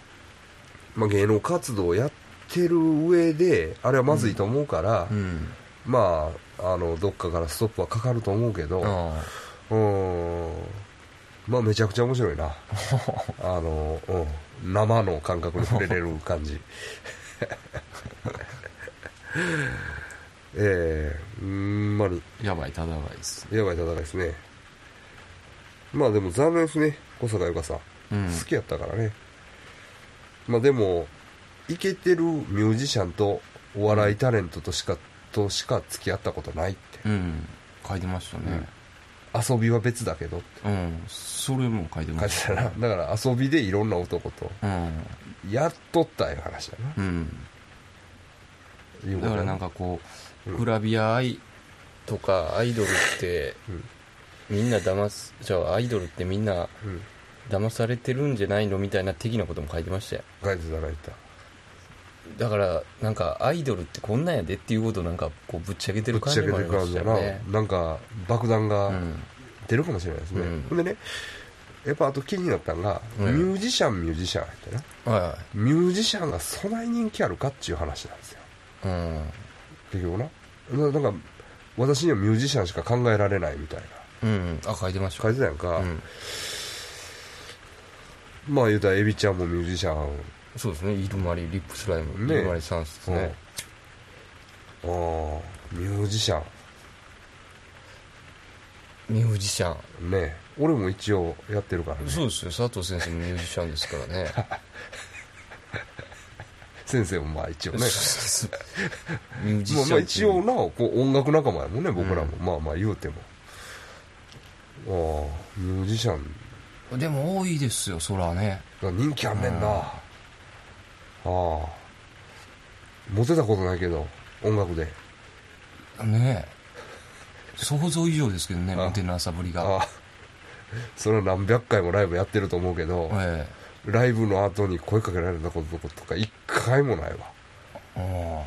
まあ、芸能活動をやってる上であれはまずいと思うから、うん。まあ、あのどっかからストップはかかると思うけど、あうーん、まあ、めちゃくちゃ面白い <laughs> な、あのうん、生の感覚に触れれる感じ。 <laughs> ええほんまにあやばい戦いです。やばい戦いですね。まあでも残念ですね、小坂由香さん。うん。好きやったからね、まあでもイケてるミュージシャンとお笑いタレントとしかとしか付き合ったことないってうん。書いてましたね。遊びは別だけどってうん。それも書いて書まいてしたた。なだから遊びでいろんな男とうん。やっとったいう話だなうん。いうこだとからやなんかこうんう、グラビアアイとかアイドルって、うんみんな騙すじゃあアイドルってみんなうん騙されてるんじゃないのみたいな的なことも書いてましたよ書いてた書いてただからなんかアイドルってこんなんやでっていうことをなんかこうぶっちゃけてぶるっ感ちじゃけもあてりるま感しじただよな、ねなんか爆弾うがん出るかもしれないですね、うんほんでねやっぱあと気になったんが、うんミュージシャンミュージシャンやってなはミュージシャンがそない人気あるかっていう話なんですよいうん結局なななんか私にはミュージシャンしか考えられないみたいなうんあ書いてました書いてたやんか、うん、まあ言うたらエビちゃんもミュージシャンそうですねイルマリリップスライム、ねイルマリさんですね、うんああミュージシャミュージシャンンね俺も一応やってるからねそうですよ佐藤先生もミュージシャンですからね先生もまあ一応ねそうそうそうミュージシまあ、ャンまあ一応なこう音楽仲間やもんね僕らも、うまあまあ言うてもああミュージシャンでも多いですよそらねが人気あんねんな、うんああモテたことないけど音楽でね想像以上ですけどねあモテなさぶりが、あその何百回もライブやってると思うけど、えライブの後に声かけられたこととか一回もないわえ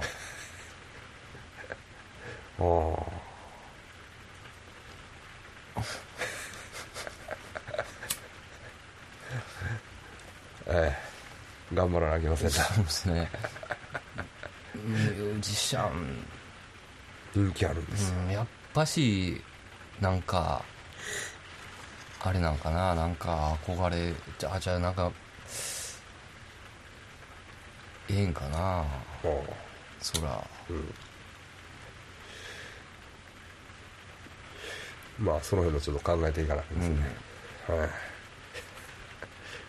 あああー <laughs> ええ頑張らなきゃいけませんなそうですねミュージシャン人気あるんですよ、うん、やっぱしなんかあれなんかななんか憧れじゃあじゃあなんかええんかなもそらううんまあその辺もちょっと考えていかなきゃですね、はい、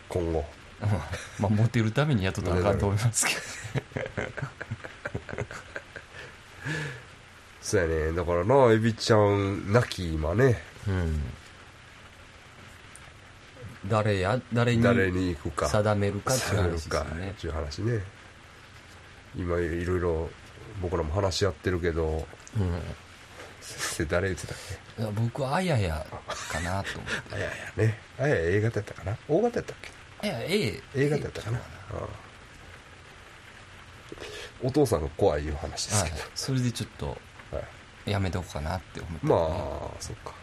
今後 <laughs> まあモテるために雇ったらあかんと思いますけどそうやねだからなエビちゃんなき今ねうん誰や誰に誰に行くか定めるかっていうな話るですよかねっていう話ね今いろいろ僕らも話し合ってるけ <laughs> どうん先生誰言ってたっいや僕はあややかなと思っけあややねあやや A 型やったかな O 型やったっていや A け A 型やったかな、うんお父さんが怖いいう話ですはけい、それでちょっとど、はいやめとこうかなって思って、まあそっか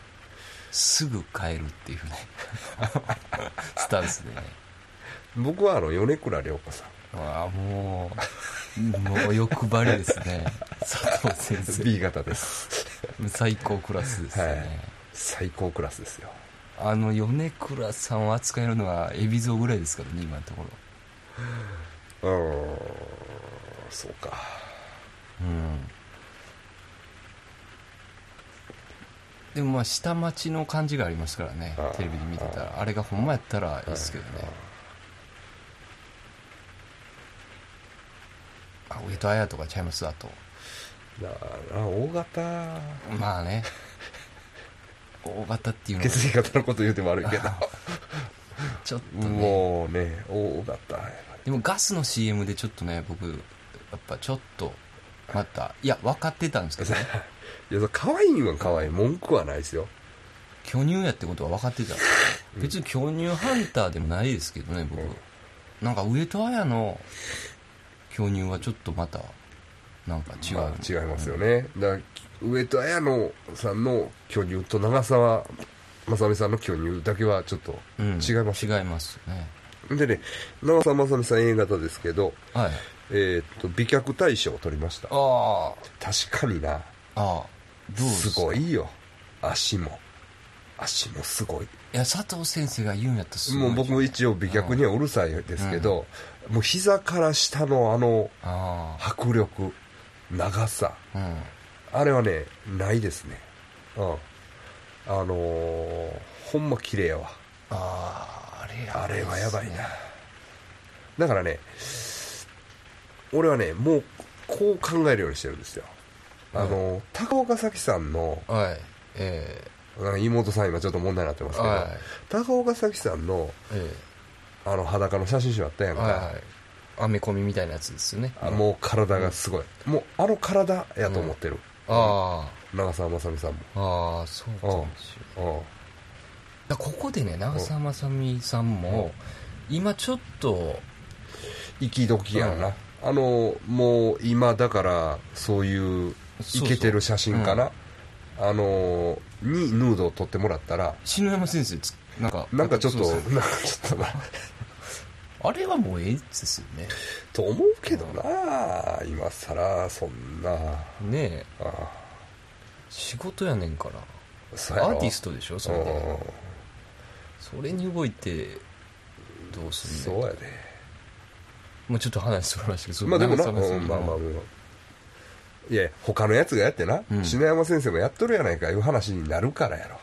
すぐ帰るっ <laughs> ていうねスタンスでね僕はあの米倉涼子さんああもうもう欲張りですね佐藤先 <laughs> 生 B 型です最高クラスですね、はい最高クラスですよあの米倉さんを扱えるのは海老蔵ぐらいですからね今のところうーんそうかうんでもまあ下町の感じがありますからねあーテレビで見てたらあれがほんまやったらいいですけどねあ上戸彩とかちゃいますあとだから O 型まあ <laughs> ね大型っていうのは血液型のこと言うても悪いけ <laughs> どちょっとねもうね O 型やっぱりでもガスの CM でちょっとね僕やっぱちょっとまたいや分かってたんですけどねいやそれ可愛いんは可愛い文句はないですよ巨乳やってことは分かってた別に巨乳ハンターでもないですけどね僕、うんなんか上戸彩の巨乳はちょっとまたなんか違う、まあ違いますよねだから上戸彩乃さんの巨乳と長澤まさみさんの巨乳だけはちょっとうん、違います、違いますねでね長澤まさみさん A 型ですけどはいえーっと美脚大賞を取りましたあ確かになあああどうですすかごいよ足も足もすごいいや佐藤先生が言うんやったらすごいもう僕も一応美脚にはうるさいですけど、もう膝から下のあのあ迫力長さあうんあれはねないですねうんあのーほんま綺麗やわあああれやばあいっすねれはやばいな、だからね俺はねもうこう考えるようにしてるんですよあのー高岡早紀さんのはいえなんか妹さん今ちょっと問題になってまえすけど、はい高岡早紀さんのえあの裸の写真集あったやえんか、はいはいアメコミみたいなやつですよねあもう体がすごい、もうあの体やと思ってる、あ長澤まさみさんもあああそうかもしれないうんだからここでね長澤まさみさんも今ちょっと息時やんな、うんあのもう今だからそういうイケてる写真かなあのにヌードを撮ってもらったら篠山先生つなんかなんかちょっとそうなんそうかちょっとなあれはもうええですよねと思うけどな今さらそんなねえあ仕事やねんからそうやアろーティストでしょそれうでんそれに動いてどうすんそうのやでまあちょっと話それましたけどまあでもな、長澤うんまあまあまあいや他のやつがやってな、うん篠山先生もやっとるやないかいう話になるからやろ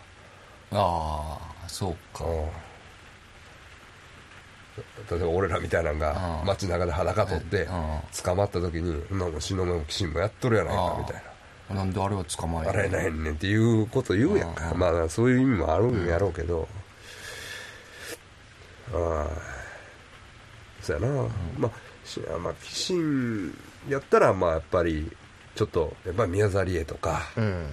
ああそうかうん例えば俺らみたいなんがうん街中で裸取ってう捕まった時に「なんか死のも騎士もやっとるやないかう」んみたいなんであれは捕まえな「あれなないいねん」っていうこと言うやんかうんまあそういう意味もあるんやろうけどうんそうやなまあしまあ騎士やったらまあやっぱりちょっとやっぱり宮沢りえとかうん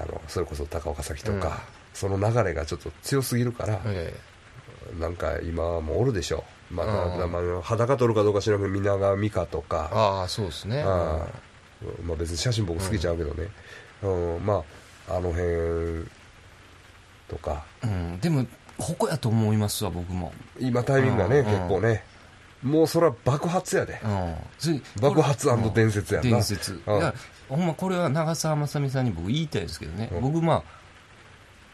あのそれこそ高岡早紀とか、その流れがちょっと強すぎるから、えなんか今はもうおるでしょまた、あーまあ裸取るかどうか知らんけど皆川美香とえかああそうですねあーまあ、別に写真僕好きちゃうけどね、うんまああの辺とかうん、でもここやと思いますわ僕も、今タイミングがね、うん結構ねもうそれは爆発やで、うん、それ爆発これ伝説やな伝説、んだからほんまこれは長澤まさみさんに僕言いたいですけどね、うん僕まあ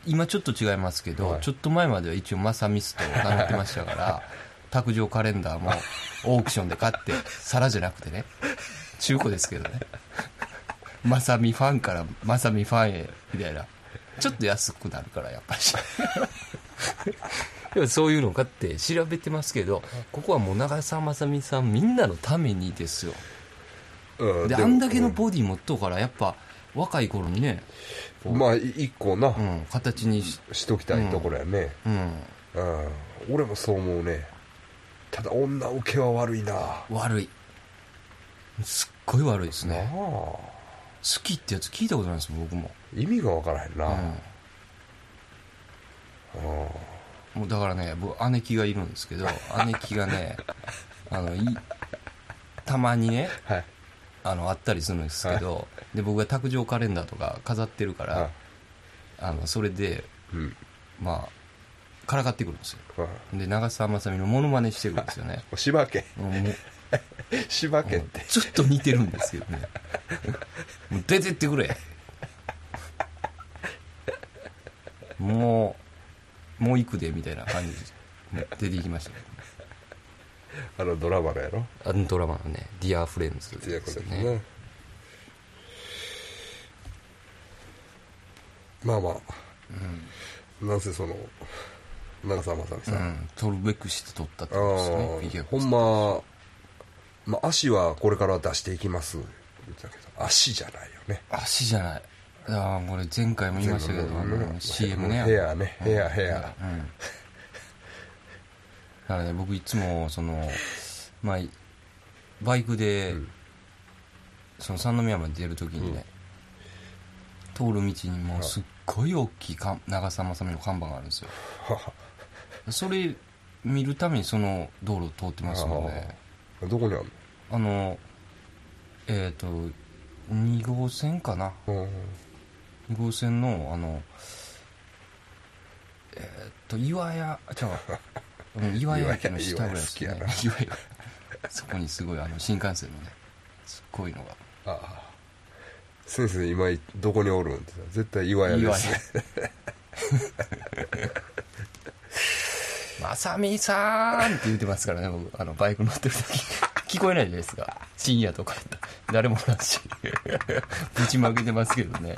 今ちょっと違いますけど、はいちょっと前までは一応まさみすと名乗ってましたから <laughs> 卓上カレンダーもオークションで買って皿じゃなくてね中古ですけどねまさみファンからまさみファンへみたいなちょっと安くなるからやっぱり <laughs> でもそういうの買って調べてますけどここはもう長澤まさみさんみんなのためにですようんででもあんだけのうんボディ持っとうからやっぱ若い頃にね、まあい一個な、うん、形にし、しときたいところやね、うん、うん、俺もそう思うねただ女受けは悪いなな悪いすっごい悪いですねあ好きってやつ聞いたことないですもん僕も、意味がわからへんな、うんうん、もうだからね僕姉貴がいるんで <laughs> すけど姉貴がねあのいたまにねはいあのあったりするんですけど、で僕が卓上カレンダーとか飾ってるから、ああのそれでうんまあからかってくるんですようんで長澤まさみのモノマネしてくるんですよ <laughs> ね柴家 <laughs> もうもう柴家ってちょっと似てるんですけど <laughs> ね。もう出てってくれ。もう、もう行くで、みたいな感じで出て行きましたね。あのドラマのやろあのドラマのね、ディアフレンズっていうでこすとよですね。ねまあまあ、なんせその長澤まさみうさん、ん、取るべくして取ったってあことですね。フィギーュアほんま、まあ、足はこれから出していきます言ってたけど足じゃないよね足じゃない。ああ、これ前回も言いましたけど、あの CM ね。ヘアねヘアヘア、うん。だからね、僕いつも、その、まあ、バイクで、うんその三宮まで出るときにね、通る道にもうすっごい大きいか長澤まさみの看板があるんですよ。それ見るためにその道路を通ってますもんね。 <laughs> どこにあるあの、えっ、と、2号線かな。の、 2号線のあのえーっと岩屋じゃあ <laughs> うん岩屋駅の下ぐらいですね岩屋岩屋好岩屋そこにすごいあの新幹線のねすっごいのがああ先生今どこにおるんって言ったら絶対岩屋で岩屋すね「 <laughs> まさみさーん!」って言ってますからね僕あのバイク乗って <laughs> る時聞こえないじゃないですか深夜とかやったら誰もおらんしぶちまけてますけどね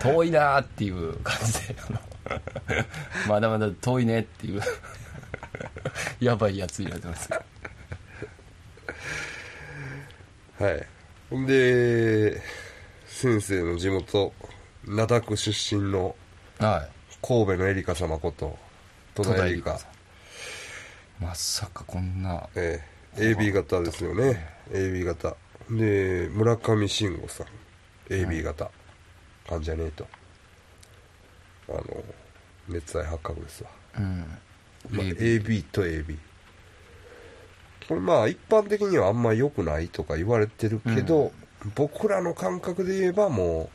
遠いなーっていう感じであのまだまだ遠いねっていうやばいやつになってますはいほんで先生の地元灘区出身のは神戸のエリカ様こと戸田エリカ戸田恵梨香さんいまさかこんなええ AB 型ですよね AB 型で村上信五さん AB 型、患者ねえとあの熱愛発覚ですわうんまあ、レイ AB と AB これまあ一般的にはあんま良くないとか言われてるけど、僕らの感覚で言えばも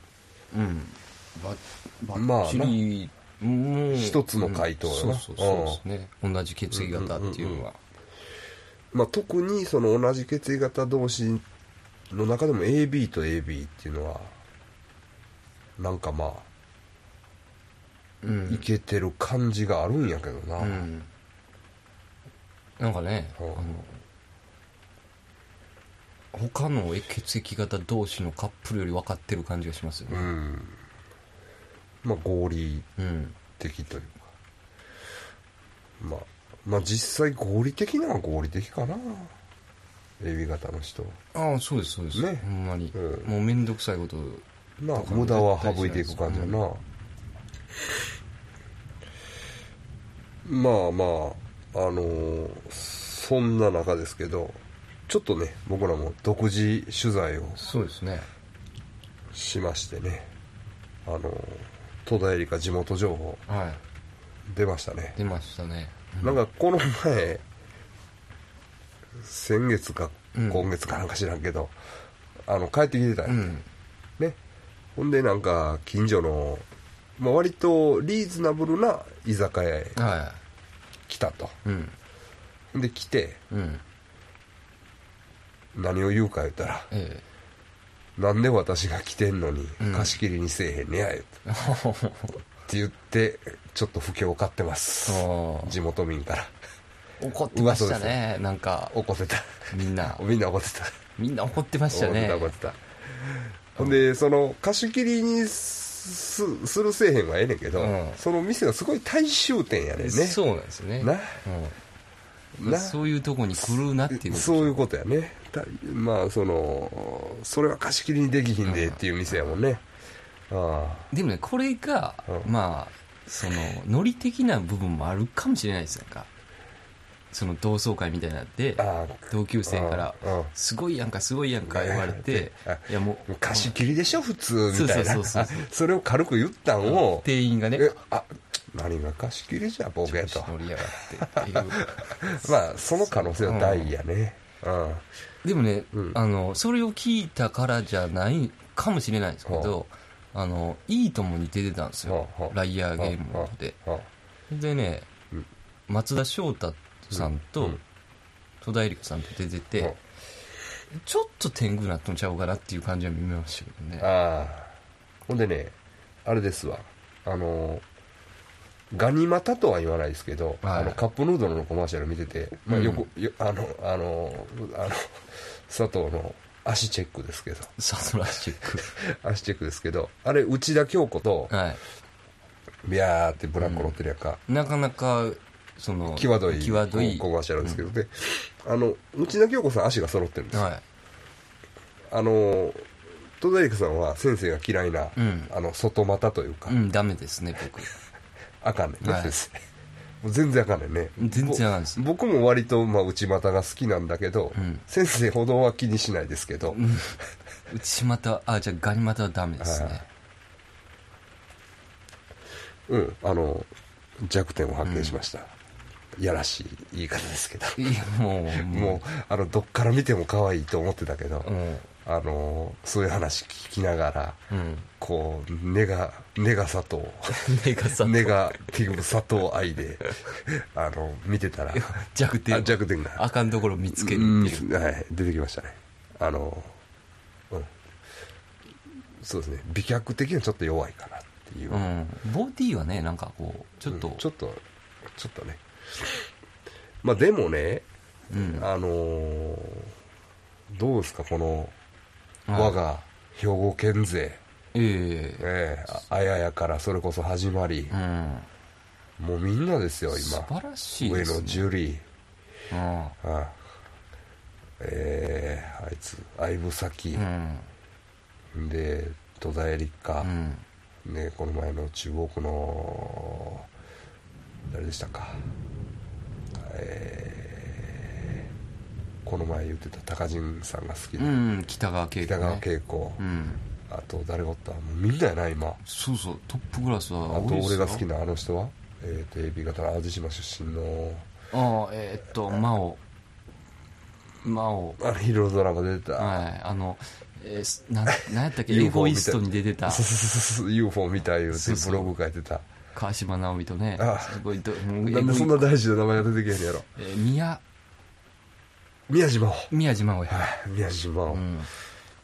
うんばばまあっちりもう一つの回答だそなうそうそうですね同じ血液型っていうのはう、まあ、特にその同じ血液型同士の中でも AB と AB っていうのはなんかまあうんいけてる感じがあるんやけどな、うんなんかねあうんの他の血液型同士のカップルより分かってる感じがしますようねんまあ合理うん的というかまあまあ実際合理的なのは合理的かな AB 型の人はああそうですそうです、ねほんまに、うんもう面倒くさいことなあとかも無駄は省いていく感じやな、まあまああのーそんな中ですけどちょっとね僕らも独自取材をそうですねしましてねあの戸田恵梨香地元情報は出ましたねい。出ましたね。なんかこの前先月かうん今月かなんか知らんけど、あの帰ってきてたよ、うん。ねほんでなんか近所の、まあ、割とリーズナブルな居酒屋へは来たとい。うん。ほんで来てうん。何を言うか言ったらえ <laughs> 「なんで私が来てんのにうん貸し切りにせえへんねや」言うてえって言ってちょっと不況を買ってますああ地元民から怒ってました噂でね。なんか、怒ってたみんな、みんな怒ってたみんな怒ってましたね。怒ってた怒ってたほんでその貸し切りにすするせえへんはええねんけど、うんその店がすごい大衆店やねんねそうなんですね。なうん。なそういうとこに来るなっていうこと。そういうことやねたまあそのそれは貸し切りにできひんでっていう店やもんね、あでもね、これが、うんまあ、その、ノリ的な部分もあるかもしれないですなんか。その同窓会みたいになってあ、ああ同級生からうんうん、すごいやんか、すごいやんか言われてあ、いやもう、貸し切りでしょ普通みたいなそうそうそうそう <laughs> それを軽く言ったんを、店員がね、えあ何が貸し切りじゃボケと調子乗りやがってっていう。まあその可能性は大やねうん、でもね、うんあの、それを聞いたからじゃないかもしれないですけど、あの、いいともに出てたんですよほうほ。うライアーゲームで。うんでねうん、松田翔太さんうとん戸田恵梨香さんと出てうて、ちょっと天狗なっとんちゃうかなっていう感じは見ましたけどね。ああほんでねあれですわあのガニ股とは言わないですけど、はいあのカップヌードルのコマーシャル見てて、まあ、よく、よあのあのあの <laughs> 佐藤の足チェックですけど <laughs> サトラシック。 <laughs> 足チェックですけどあれ内田恭子とはい。ビャーってブラック乗ってるやんか、なかなか、その、際どい際どい。コマーシャルですけど、であの内田恭子さん足が揃ってるんですよはあの戸田恵梨香さんは先生が嫌いな、うんあの外股というか、い。うん、ダメですね、僕。あかんねんね、はい先生 <laughs> もう全然あかんねんね全然あかんですぼ僕も割と、まあ、内股が好きなんだけど、うん先生ほどは気にしないですけど、内股は、あ、じゃあガニ股はダメですはいね。うん、あの弱点を発見しました、やらしい言い方ですけど、いや、もう、もうあのどっから見ても可愛いと思ってたけど、うん。あのそういう話聞きながらうん。こう根が根が砂糖目がさ、根がティグ砂糖愛であの見てたら弱点あ弱点があかんところ見つけうるんっていう。はい、出てきましたねあの、うん、そうですね美脚的にはちょっと弱いかなっていう、うん。ボディはね、なんかこう、ちょっうんとちょ、っとちょっとねまあでもね、うんあのーどうですかこのはい我が兵庫県勢、ええええああややからそれこそ始まり、もうみんなですようん。素今晴らしいです上ね。野ジュリーうん。ああえー、あいつ相武咲う、ん。で戸田恵梨う香、ん。ね、この前の中国の誰でしたか、えーこの前言ってた高人さんが好きうな、ん北川景子ね。北川景子、うん。あと誰がおったもうみんなやな今そうそう、トップクラスあはと多いです俺よ。が好きなあの人は、えー、と AB 型の淡路島出身のああ、えーっと、真央。真央。あのヒーロードラマ出てた、はい。あの、えーすな、なんやったっけ、エ UFO ゴイストに <laughs> 出てたそうそうそうそう UFO みたい言うてそうそうブログ書いてた川島直美とねあ、すごいど、もうエなんゴでいそんな大事な名前が出てけへんのやろえー宮、宮島を宮島をや。はい宮島を、うん。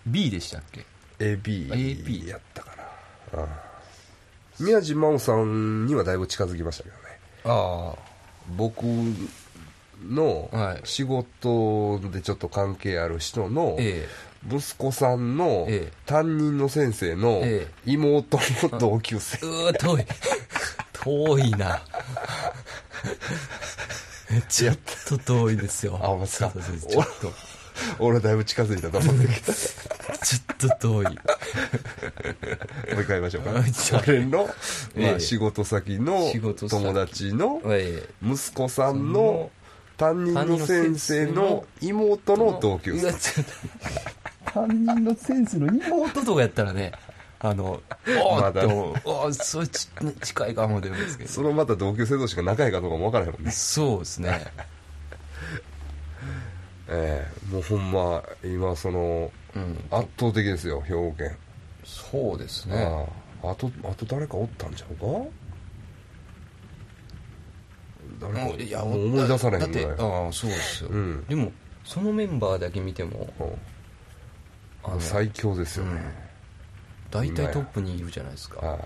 B でしたっけ AB AB やったから、うん、宮地真央さんにはだいぶ近づきましたけどねあ僕のはい仕事でちょっと関係ある人のえ息子さんのええ担任の先生のえ妹の同級生え。 <laughs> うわ、遠い。遠いな。ちょっと遠いですよ。あほんまですかそうそうそうちょっと、俺だいぶ近づいたと思ってき <laughs> たちょっと遠い。もう一回言いましょうかはいはい俺の、ま <laughs> えあ、え仕事先の仕事先友達のえ息子さんの担任の先生の妹の同級うわ生ちょっと担任の先生の妹とかやったらね、あの、おーって思う。おーそれち近いかもでもですけど。そのまた同級生同士が仲いいかどうかもわからへんもんねそうですね。 <laughs> ええもうほんま今そのうん。圧倒的ですよ兵庫県そうですね。あああとあと誰かおったんちゃうか誰かうんいや、もう思い出されへだんっぐて、らいああ、そうですよ。うんでも、そのメンバーだけ見ても、あうんの、最強ですよね、大体トップにいるじゃないですか。はい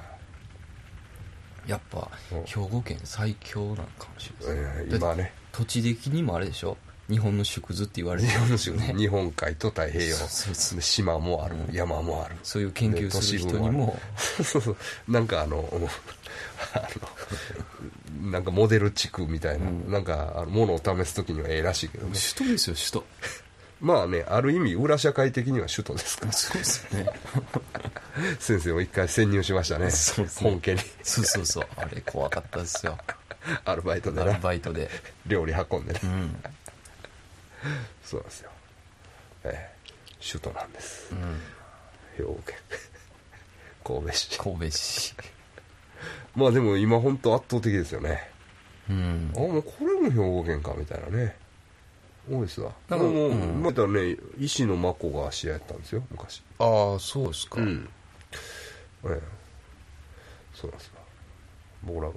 やっぱ、うん兵庫県最強なのかもしれないええですね。だっ今てね土地的にもあれでしょ日本の縮図って言われて日るん本ですよね。日本海と太平洋そうそうそうで島もある、うん山もあるそういう研究する人にも、 <laughs> そうそうなんかあの <laughs> あのなんかモデル地区みたいな、うんなんかあのものを試す時にはええらしいけどね首都ですよ、首まあねある意味裏社会的には首都ですか都。らそうですよね。先生も一回潜入しましたねそうですね本家に <laughs> そうそうそう。あれ怖かったですよ。アルバイトでアルなバイトで。料理運んでね、うん。そうなんですよ、ええ首都なんですうん。兵庫県 <laughs> 神戸市神戸市。まあでも今本当圧倒的ですよねうんあ。もうこれも兵庫県かみたいなね多いですわなんもかうもううんまたね石野真子が試合やったんですよ昔ああ、そうですか。 <laughs> うん、ええそうなんですよ僕らが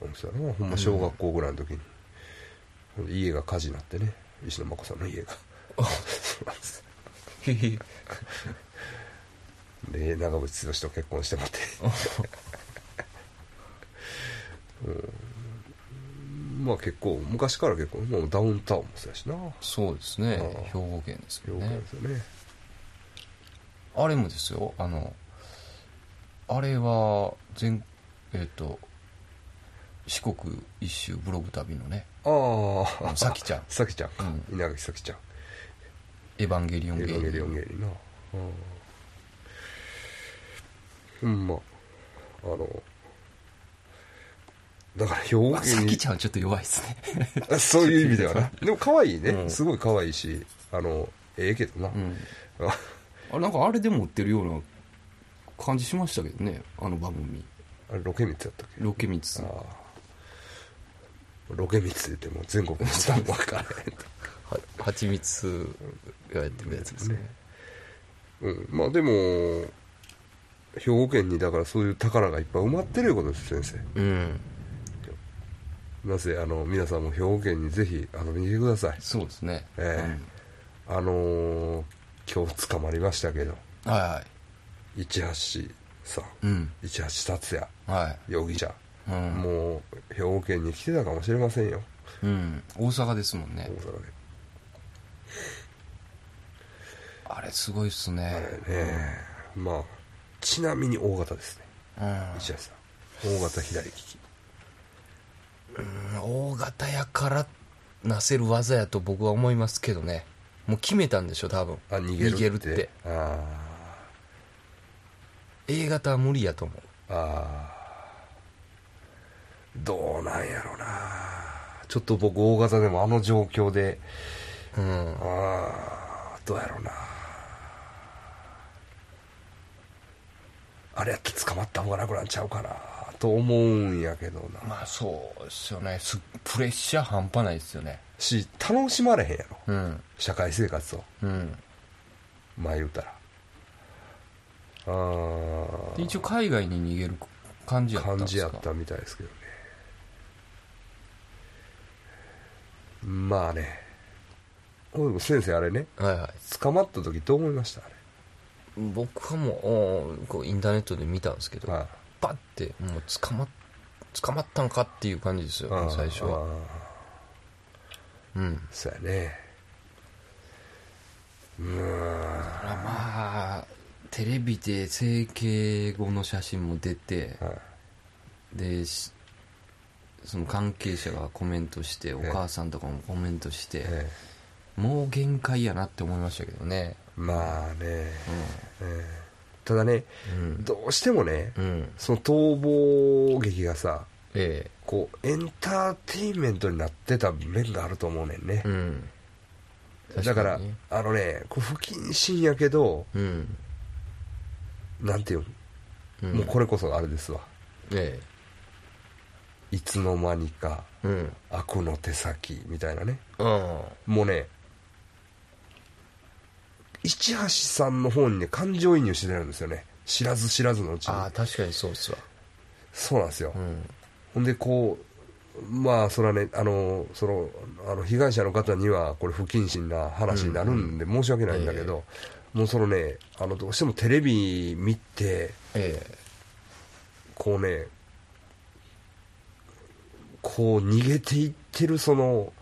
うんそうやなほんま小学校ぐらいの時に、家が火事になってね石野真子さんの家が <laughs> そうなんですへへ。で長渕剛と結婚してもら <laughs> ってまあ結構昔から結構もうダウンタウンもそうやしなそうですねああ。兵庫県です兵よ庫県ねで。すよねあれもですよ。あの、あれは、全、えっ、と、四国一周ブログ旅のね、ああさきちゃんさきちゃんか、う稲垣さきちゃんエヴァンゲリオンエ芸ヴァゲリオン人。芸人なうんほんまあのだから兵庫まあ県さにきちゃんはちょっと弱いですね。あそういう意味ではなでも可愛いね、うんすごい可愛いしあのええけどな、うん。ああなんかあれでも売ってるような感じしましたけどねあの番組あれロケ密やったっけロケミツあさんあロケ密って言っても全国の人も分からへんとはちみつがやってるやつですねうん、まあでも兵庫県にだからそういう宝がいっぱい埋まってるいうことです先うん生なぜあの皆さんも兵庫県にぜひ遊びに来てくださいそうですねえあのー今日捕まりましたけどうんはいはい市橋さんうん市橋達也は容疑者、いうんもう兵庫県に来てたかもしれませんようん大阪ですもん大ね阪であれすごいっすねええまあちなみに大型ですねうん市橋さん大型左利き大型やからなせる技やと僕は思いますけどねもう決めたんでしょ多分あ逃げるって逃げるってあ A 型は無理やと思うーあーどうなんやろうなちょっと僕大型でもあの状況でうあんあどうやろうなあれやって捕まった方が楽なんちゃうかなと思うんやけどな、まあそうですよねすプレッシャー半端ないですよねし楽しまれへんやろうん社会生活をうん前言うたらあーで一応海外に逃げる感じやった感んですじやかったみたいですけどねまあねおい先生あれねはいはい捕まった時どう思いましたあ僕はもうおーこうインターネットで見たんですけどれ、はいバッてもう捕まっ捕まったんかっていう感じですよあー最初はあーうんそうやねうーんあらまあテレビで整形後の写真も出てはいでしその関係者がコメントしておえ母さんとかもコメントしてえもう限界やなって思いましたけどねえまあね、ええただねうんどうしてもね、うんその逃亡劇がさえこうエンターテインメントになってた面があると思うねんね、えうんだからあのねこう不謹慎やけどうん、なんていううんのもうこれこそあれですわえいつの間にかえうん悪の手先みたいなねうんもうね市橋さんの方にね感情移入してるんですよね知らず知らずのうちにああ確かにそうっすわそうなんですよ、うんほんでこうまあそれはねあのそのあの被害者の方にはこれ不謹慎な話になるんで申し訳ないんだけど、もうそのねあのどうしてもテレビ見てえこうねこう逃げていってるその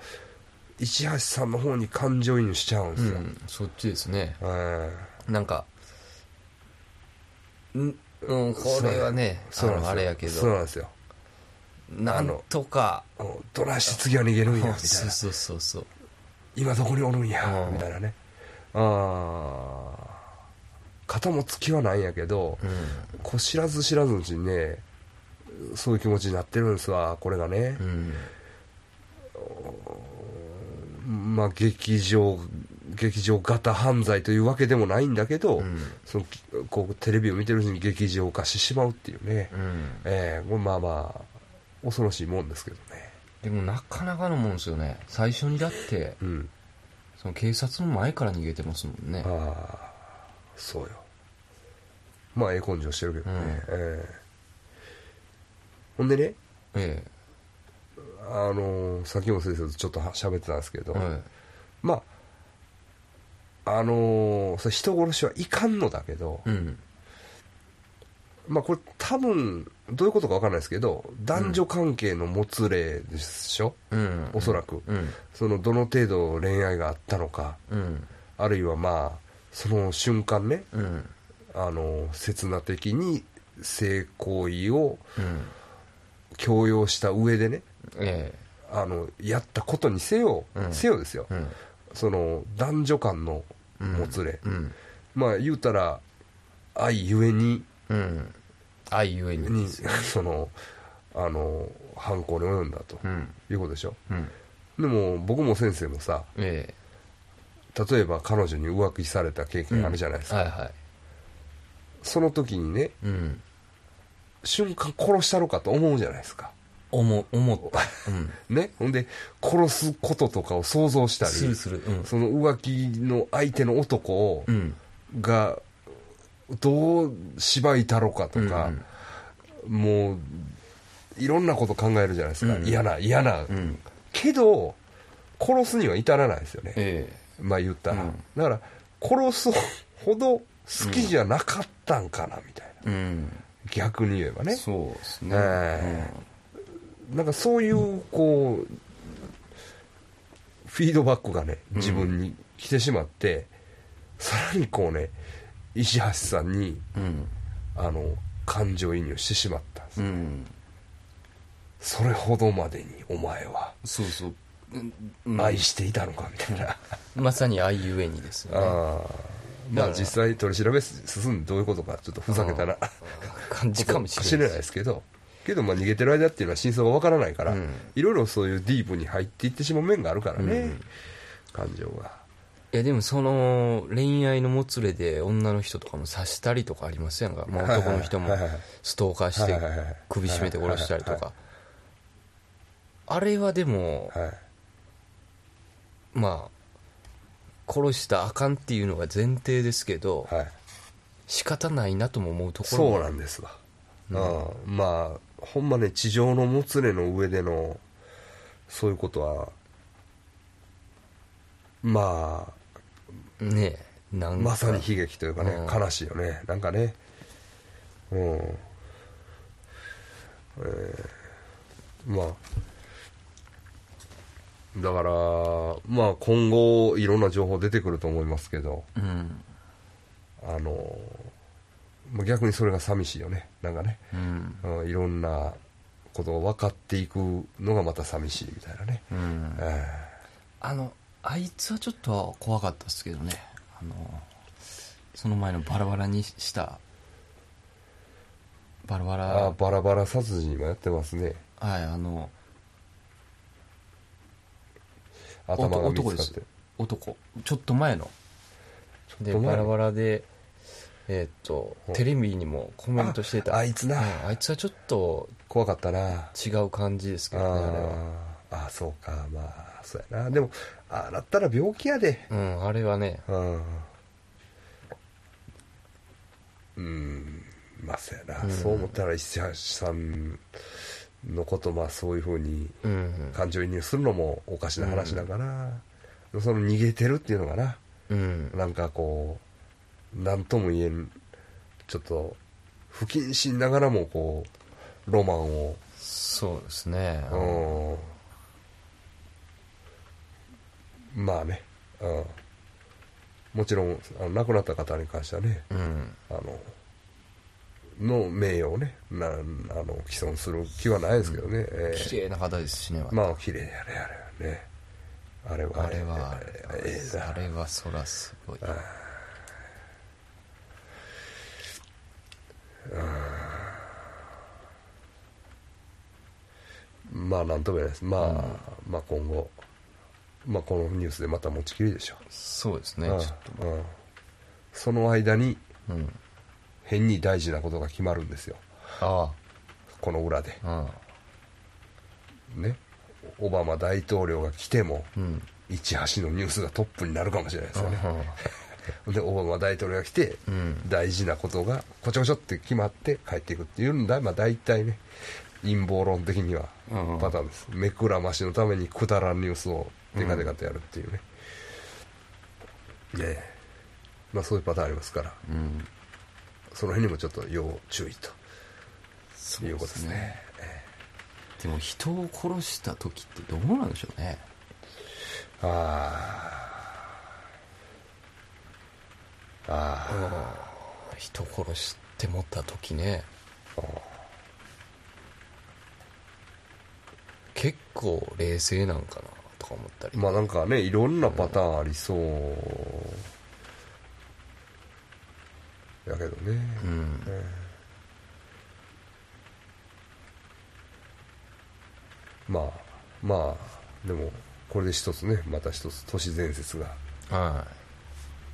市橋さんの方に感情移入しちゃうんえうですよ、んそっちですねうんなんかんうんこれはねそうなんですよあのあれやけそうどなんですよなんとかうんどないして次は逃げるんやみたいなそうそうそうそう今どこにおるんやうんみたいなねああ肩もつきはないんやけど、うこう知らず知らずのうちにねそういう気持ちになってるんですわこれがね、んうんまあ劇場劇場型犯罪というわけでもないんだけど、うんそのこうテレビを見てるうちに劇場化してしまうっていうね、うんええこれまあまあ恐ろしいもんですけどねでもなかなかのもんですよね最初にだってうんその警察の前から逃げてますもんねああそうよまあええ根性してるけどね、うんええほんでねえあのさっきも先生とちょっとは喋ってたんですけど、えはいまああのそれ人殺しはいかんのだけど、うんまあこれ多分どういうことかわかんないですけど男女関係のもつれでしょ、うんおそらく、うんそのどの程度恋愛があったのかうんあるいはまあその瞬間ね、うんあの刹那的に性行為をうん強要した上でねえあのやったことにせよ、うんせよですよ、えうんその男女間のもつれ、うんまあ言うたら愛ゆえにうん愛ゆえににそのあの犯行に及んだとうんいうことでしょうんでも僕も先生もさえ例えば彼女に浮気された経え験あるじゃないですか、はいはいその時にねうん瞬間殺したろかと思うじゃないですか思う思ったうんね、ほんで殺すこととかを想像したりするするうんその浮気の相手の男を、うんがどう芝居たろかとか、もういろんなこと考えるじゃないですか、うん嫌な嫌な、うんうんけど殺すには至らないですよね、えまあ言ったら、うんだから殺すほど好きじゃなかったんかなみたいな、えうん逆に言えばねそうですねえなんかそういうこうフィードバックがね自分に来てしまって、さらにこうね石橋さんにうんあの感情移入してしまったんです、うんそれほどまでにお前はそうそううん愛していたのかみたいな、まさに愛ゆえにですよねああまあ実際取り調べ進んでどういうことかちょっとふざけたら感じかもしれれなないいですけどけどまあ逃げてる間っていうのは真相がわからないから、うんいろいろそういうディープに入っていってしまう面があるからね、うん感情が。いやでもその恋愛のもつれで女の人とかも刺したりとかありますやんか、まあ、男の人もはいはいはいストーカーしはいはいはいて首絞めて殺したりとかあれはでもはいまあ殺したらあかんっていうのが前提ですけどはい、仕方ないなとも思うところそうもなんですわ、うんまあほんまね地上のもつれの上でのそういうことはまねえなあんかまさに悲劇というかね、うん悲しいよねなんかねうん、えーまあだからまあ今後いろんな情報出てくると思いますけどうんあのまあ逆にそれが寂しいよねなんかねうんうんいろんなことを分かっていくのがまた寂しいみたいなね、うんえあのあいつはちょっと怖かったですけどねあのその前のバラバラにしたバラバえラああバラバラ殺人今やってますねはいあの頭が見つかっ男てで男ちょっと前のでちょっと前バラバラでえーっとうんテレビにもコメントしてたああいつなうんあいつはちょっと怖かったな違う感じですけあどねあれはーあそうかまあそうやなでもああなったら病気やでうんあれはねうんうんまあそうやな、うんそう思ったら石橋さんのことまあそういうふうにうん感情移入するのもおかしな話だから、その逃げてるっていうのがなうんなんかこう何とも言えんちょっと不謹慎ながらもこうロマンをそうですねうんまあね、うん、もちろんあの亡くなった方に関してはねうんあのの名誉をねなあの毀損する気はないですけどね、ええ綺麗な方ですしねまあ綺麗やねあれはねあれはあれはええええなあれはそらすごいまあなんとも言えないですまあ、まあ今後まあこのニュースでまた持ちきりでしょそうですう、ねうんちょっとうんその間にうん変に大事なことが決まるんですよあこの裏であねオバマ大統領が来てもうんうん一橋のニュースがトップになるかもしれないですよねうんでオバマ大統領が来て、うん大事なことがこちょこちょって決まって帰っていくっていうんだ、まあ、大体ね陰謀論的にはうんパターンです、目くらましのためにくだらんニュースをデカデカとやるっていうね、ええまあ、そういうパターンありますからうんその辺にもちょっと要注意とそういうこでとですすねねでも人を殺した時ってどうなんでしょうねああああ人殺してもった時ね結構冷静なんかなとか思ったりまあなんかねいろんなパターンありそうやけどね、うんまあまあでもこれで一つねまた一つ都市伝説がは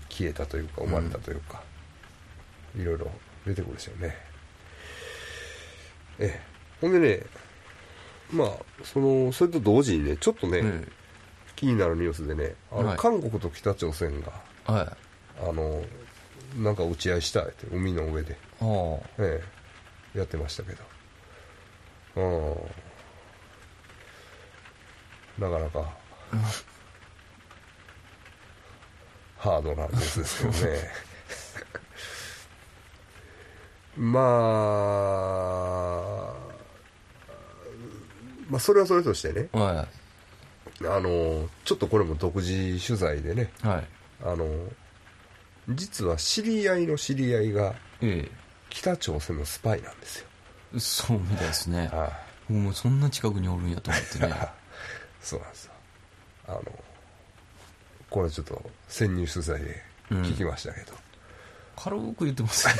消えたというか生まれたというか、いろいろ出てくるでしょうねええほんでねまあそのそれと同時にねちょっとね、いうん気になるニュースでねあの、はい韓国と北朝鮮がはいああのなんか打ち合いしたいって海の上で、あええ、やってましたけどうんなかなかハードなニュースですけど <laughs> ねまあまあそれはそれとしてねはあのちょっとこれも独自取材でねいはいあの実は知り合いの知り合いがえ北朝鮮のスパイなんですよえそうみたいですねは僕もうそんな近くにおるんやと思ってい、ね <laughs> そうなんですよあのこれちょっと潜入取材で聞きましたけど、軽く言ってますね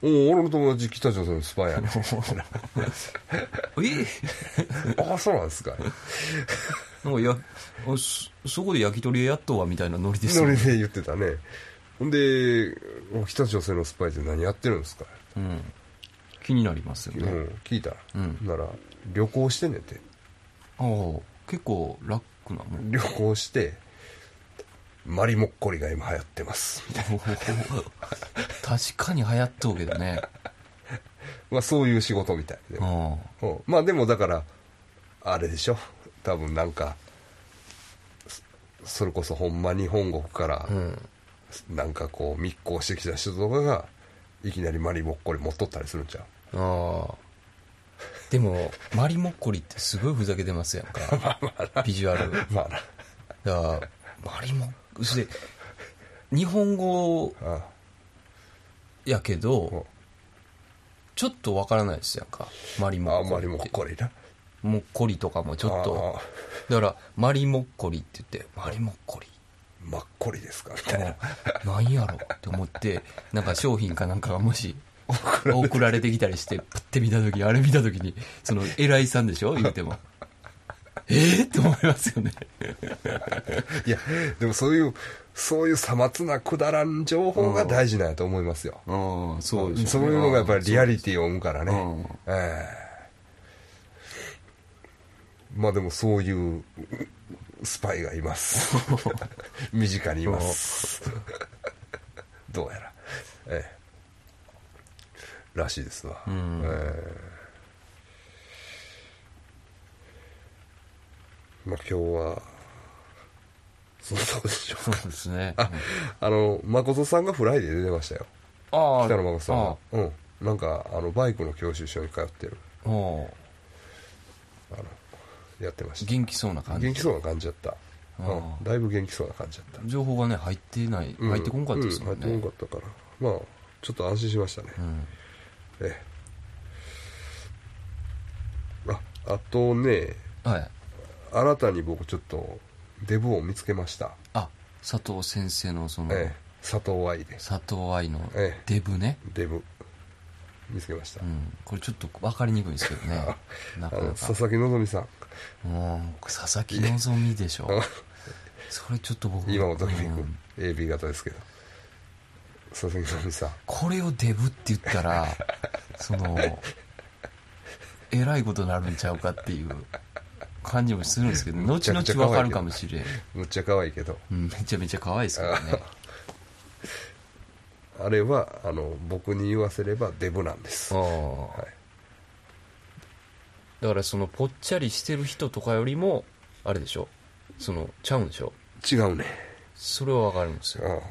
おお俺の友達北朝鮮のスパイや <laughs> ねえああそうなんですかなんかやあそそこで焼き鳥屋やっとはみたいなノリですそよれねで言ってたねほんで北朝鮮のスパイって何やってるんですか、うん、気になりますようね、ん、聞いたら、うんなら旅行してんねんてああ結構楽な <laughs> もん旅行してマリモッコリが今流行ってますみたいおー確かに流行っとうけど <laughs> ねな、まあ、そういう仕事みたいで、うんうんまあでもだからあれでしょ多分なんかそそれこそほんまに本国からうんなんかこう密航してきた人とかがいきなりマリモッコリ持っとったりするんちゃああでもマリモッコリってすごいふざけて <laughs> ますやんかビジュアルだかうまあならマリモッコリ日本語あやけうんどちょっとわからないですやんかマリモあッコマリリっモてッコリなもっこりとかもちょっとああだからマリモッコリって言ってマリモッコリマッコリですかみたいななんやろって思ってなんか商品かなんかがもし送られてきたりしてパッて見た時あれ見た時にその偉いさんでしょ言うても「えー、って思いますよね。いやでもそういうそういうさまつなくだらん情報が大事なんやと思いますよ、ああ、そうですそういうのがやっぱりリアリティを生むからね、うんええまあでもそういうスパイがいます <laughs> 身近にいますどうやら、ええらしいですわ、んええまあ今日はそうそうでしょうそうですね。ああの誠さんがフライデーで出てましたよあ北野誠さんあはうんなんかあのバイクの教習所に通ってるああやってました元気そうな感じ。元気そうな感じだった、あうーん、だいぶ元気そうな感じだった、情報がね、入ってない、うん入ってこんかったですもんね。うん入ってこんかったからまあちょっと安心しましたね、うんええああとねはい。新たに僕ちょっとデブを見つけました、あ、佐藤先生のその、ええ佐藤愛で佐藤愛のええデブね。デブ見つけました、うん。これちょっと分かりにくいですけ <laughs> どね。なあかのなか。佐々木希さんもう、佐々木希でしょ。それちょっと僕、 <laughs> 今も時う々ん AB 型ですけど佐々木希さんこれをデブって言っ <laughs> たらそのえらいことになるんちゃうかっていう感じもするんですけどめち後ゃくちゃ可愛いけど々わかるかもしれん、むっちゃ可愛いけどうん、めちゃめちゃ可愛いで <laughs> すからねあれはあの僕に言わせればデブなんです、あはあだからそのぽっちゃりしてる人とかよりもあれでしょそのちゃうんでしょい、違うねそれはわかるんですよ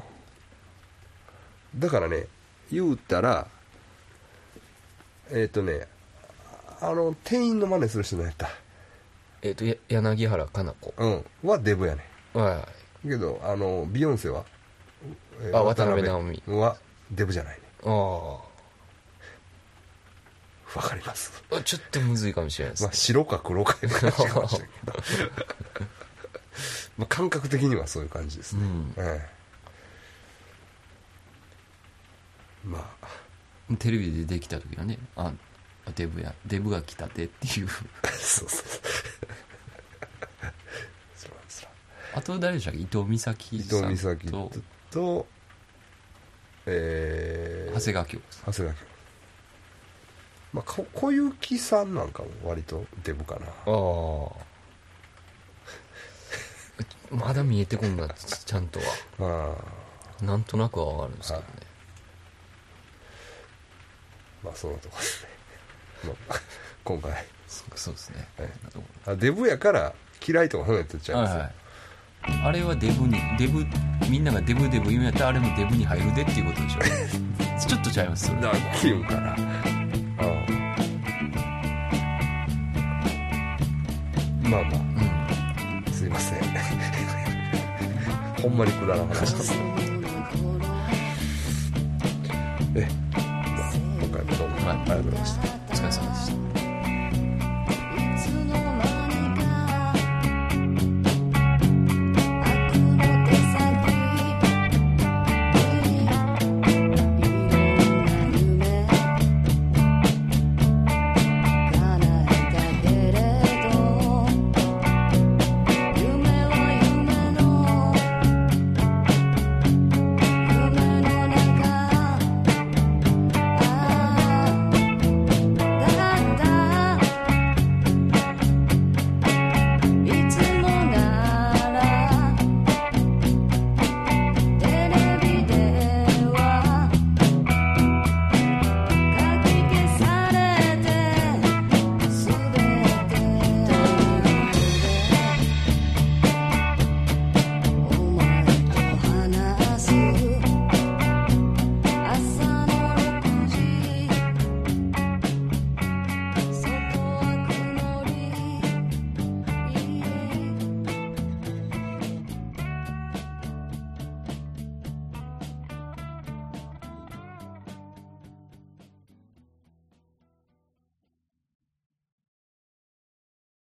うんだからね言うたらえっ、とねあの店員の真似する人なんやったえっ、とや柳原加奈子うんはデブやねはいはいけどあのビヨンセは、えーあ渡辺直美はデブじゃないねあわかりますあちょっとむずいかもしれないですまねあ、白か黒かいう感じかもしれんけ <laughs> どまあ感覚的にはそういう感じですね、うんええまあテレビでできた時はねああデブやデブが来たてっていう <laughs> そうそうそうそうなんですよあと誰でしたっけ伊藤美咲伊さ藤ん美咲とととえー、長谷川京子さん長谷川君まあこ小雪さんなんかも割とデブかなああ <laughs> まだ見えてこんなちちゃんとはまあなんとなくはわかるんですけどねまあそんなとこですね、まあ、今回そうそうですねはいあデブやから嫌いとかそうやってっちゃいはいますよ、はいあれはデブにデブみんながデブデブ言うんやったらあれもデブに入るでっていうことでし <laughs> ょちょっとちゃいますそれなんていうんかなああまあまうんあすいませ <laughs> んほんまにくだらん話ですえ、まあ、今回もどうもありがとうございました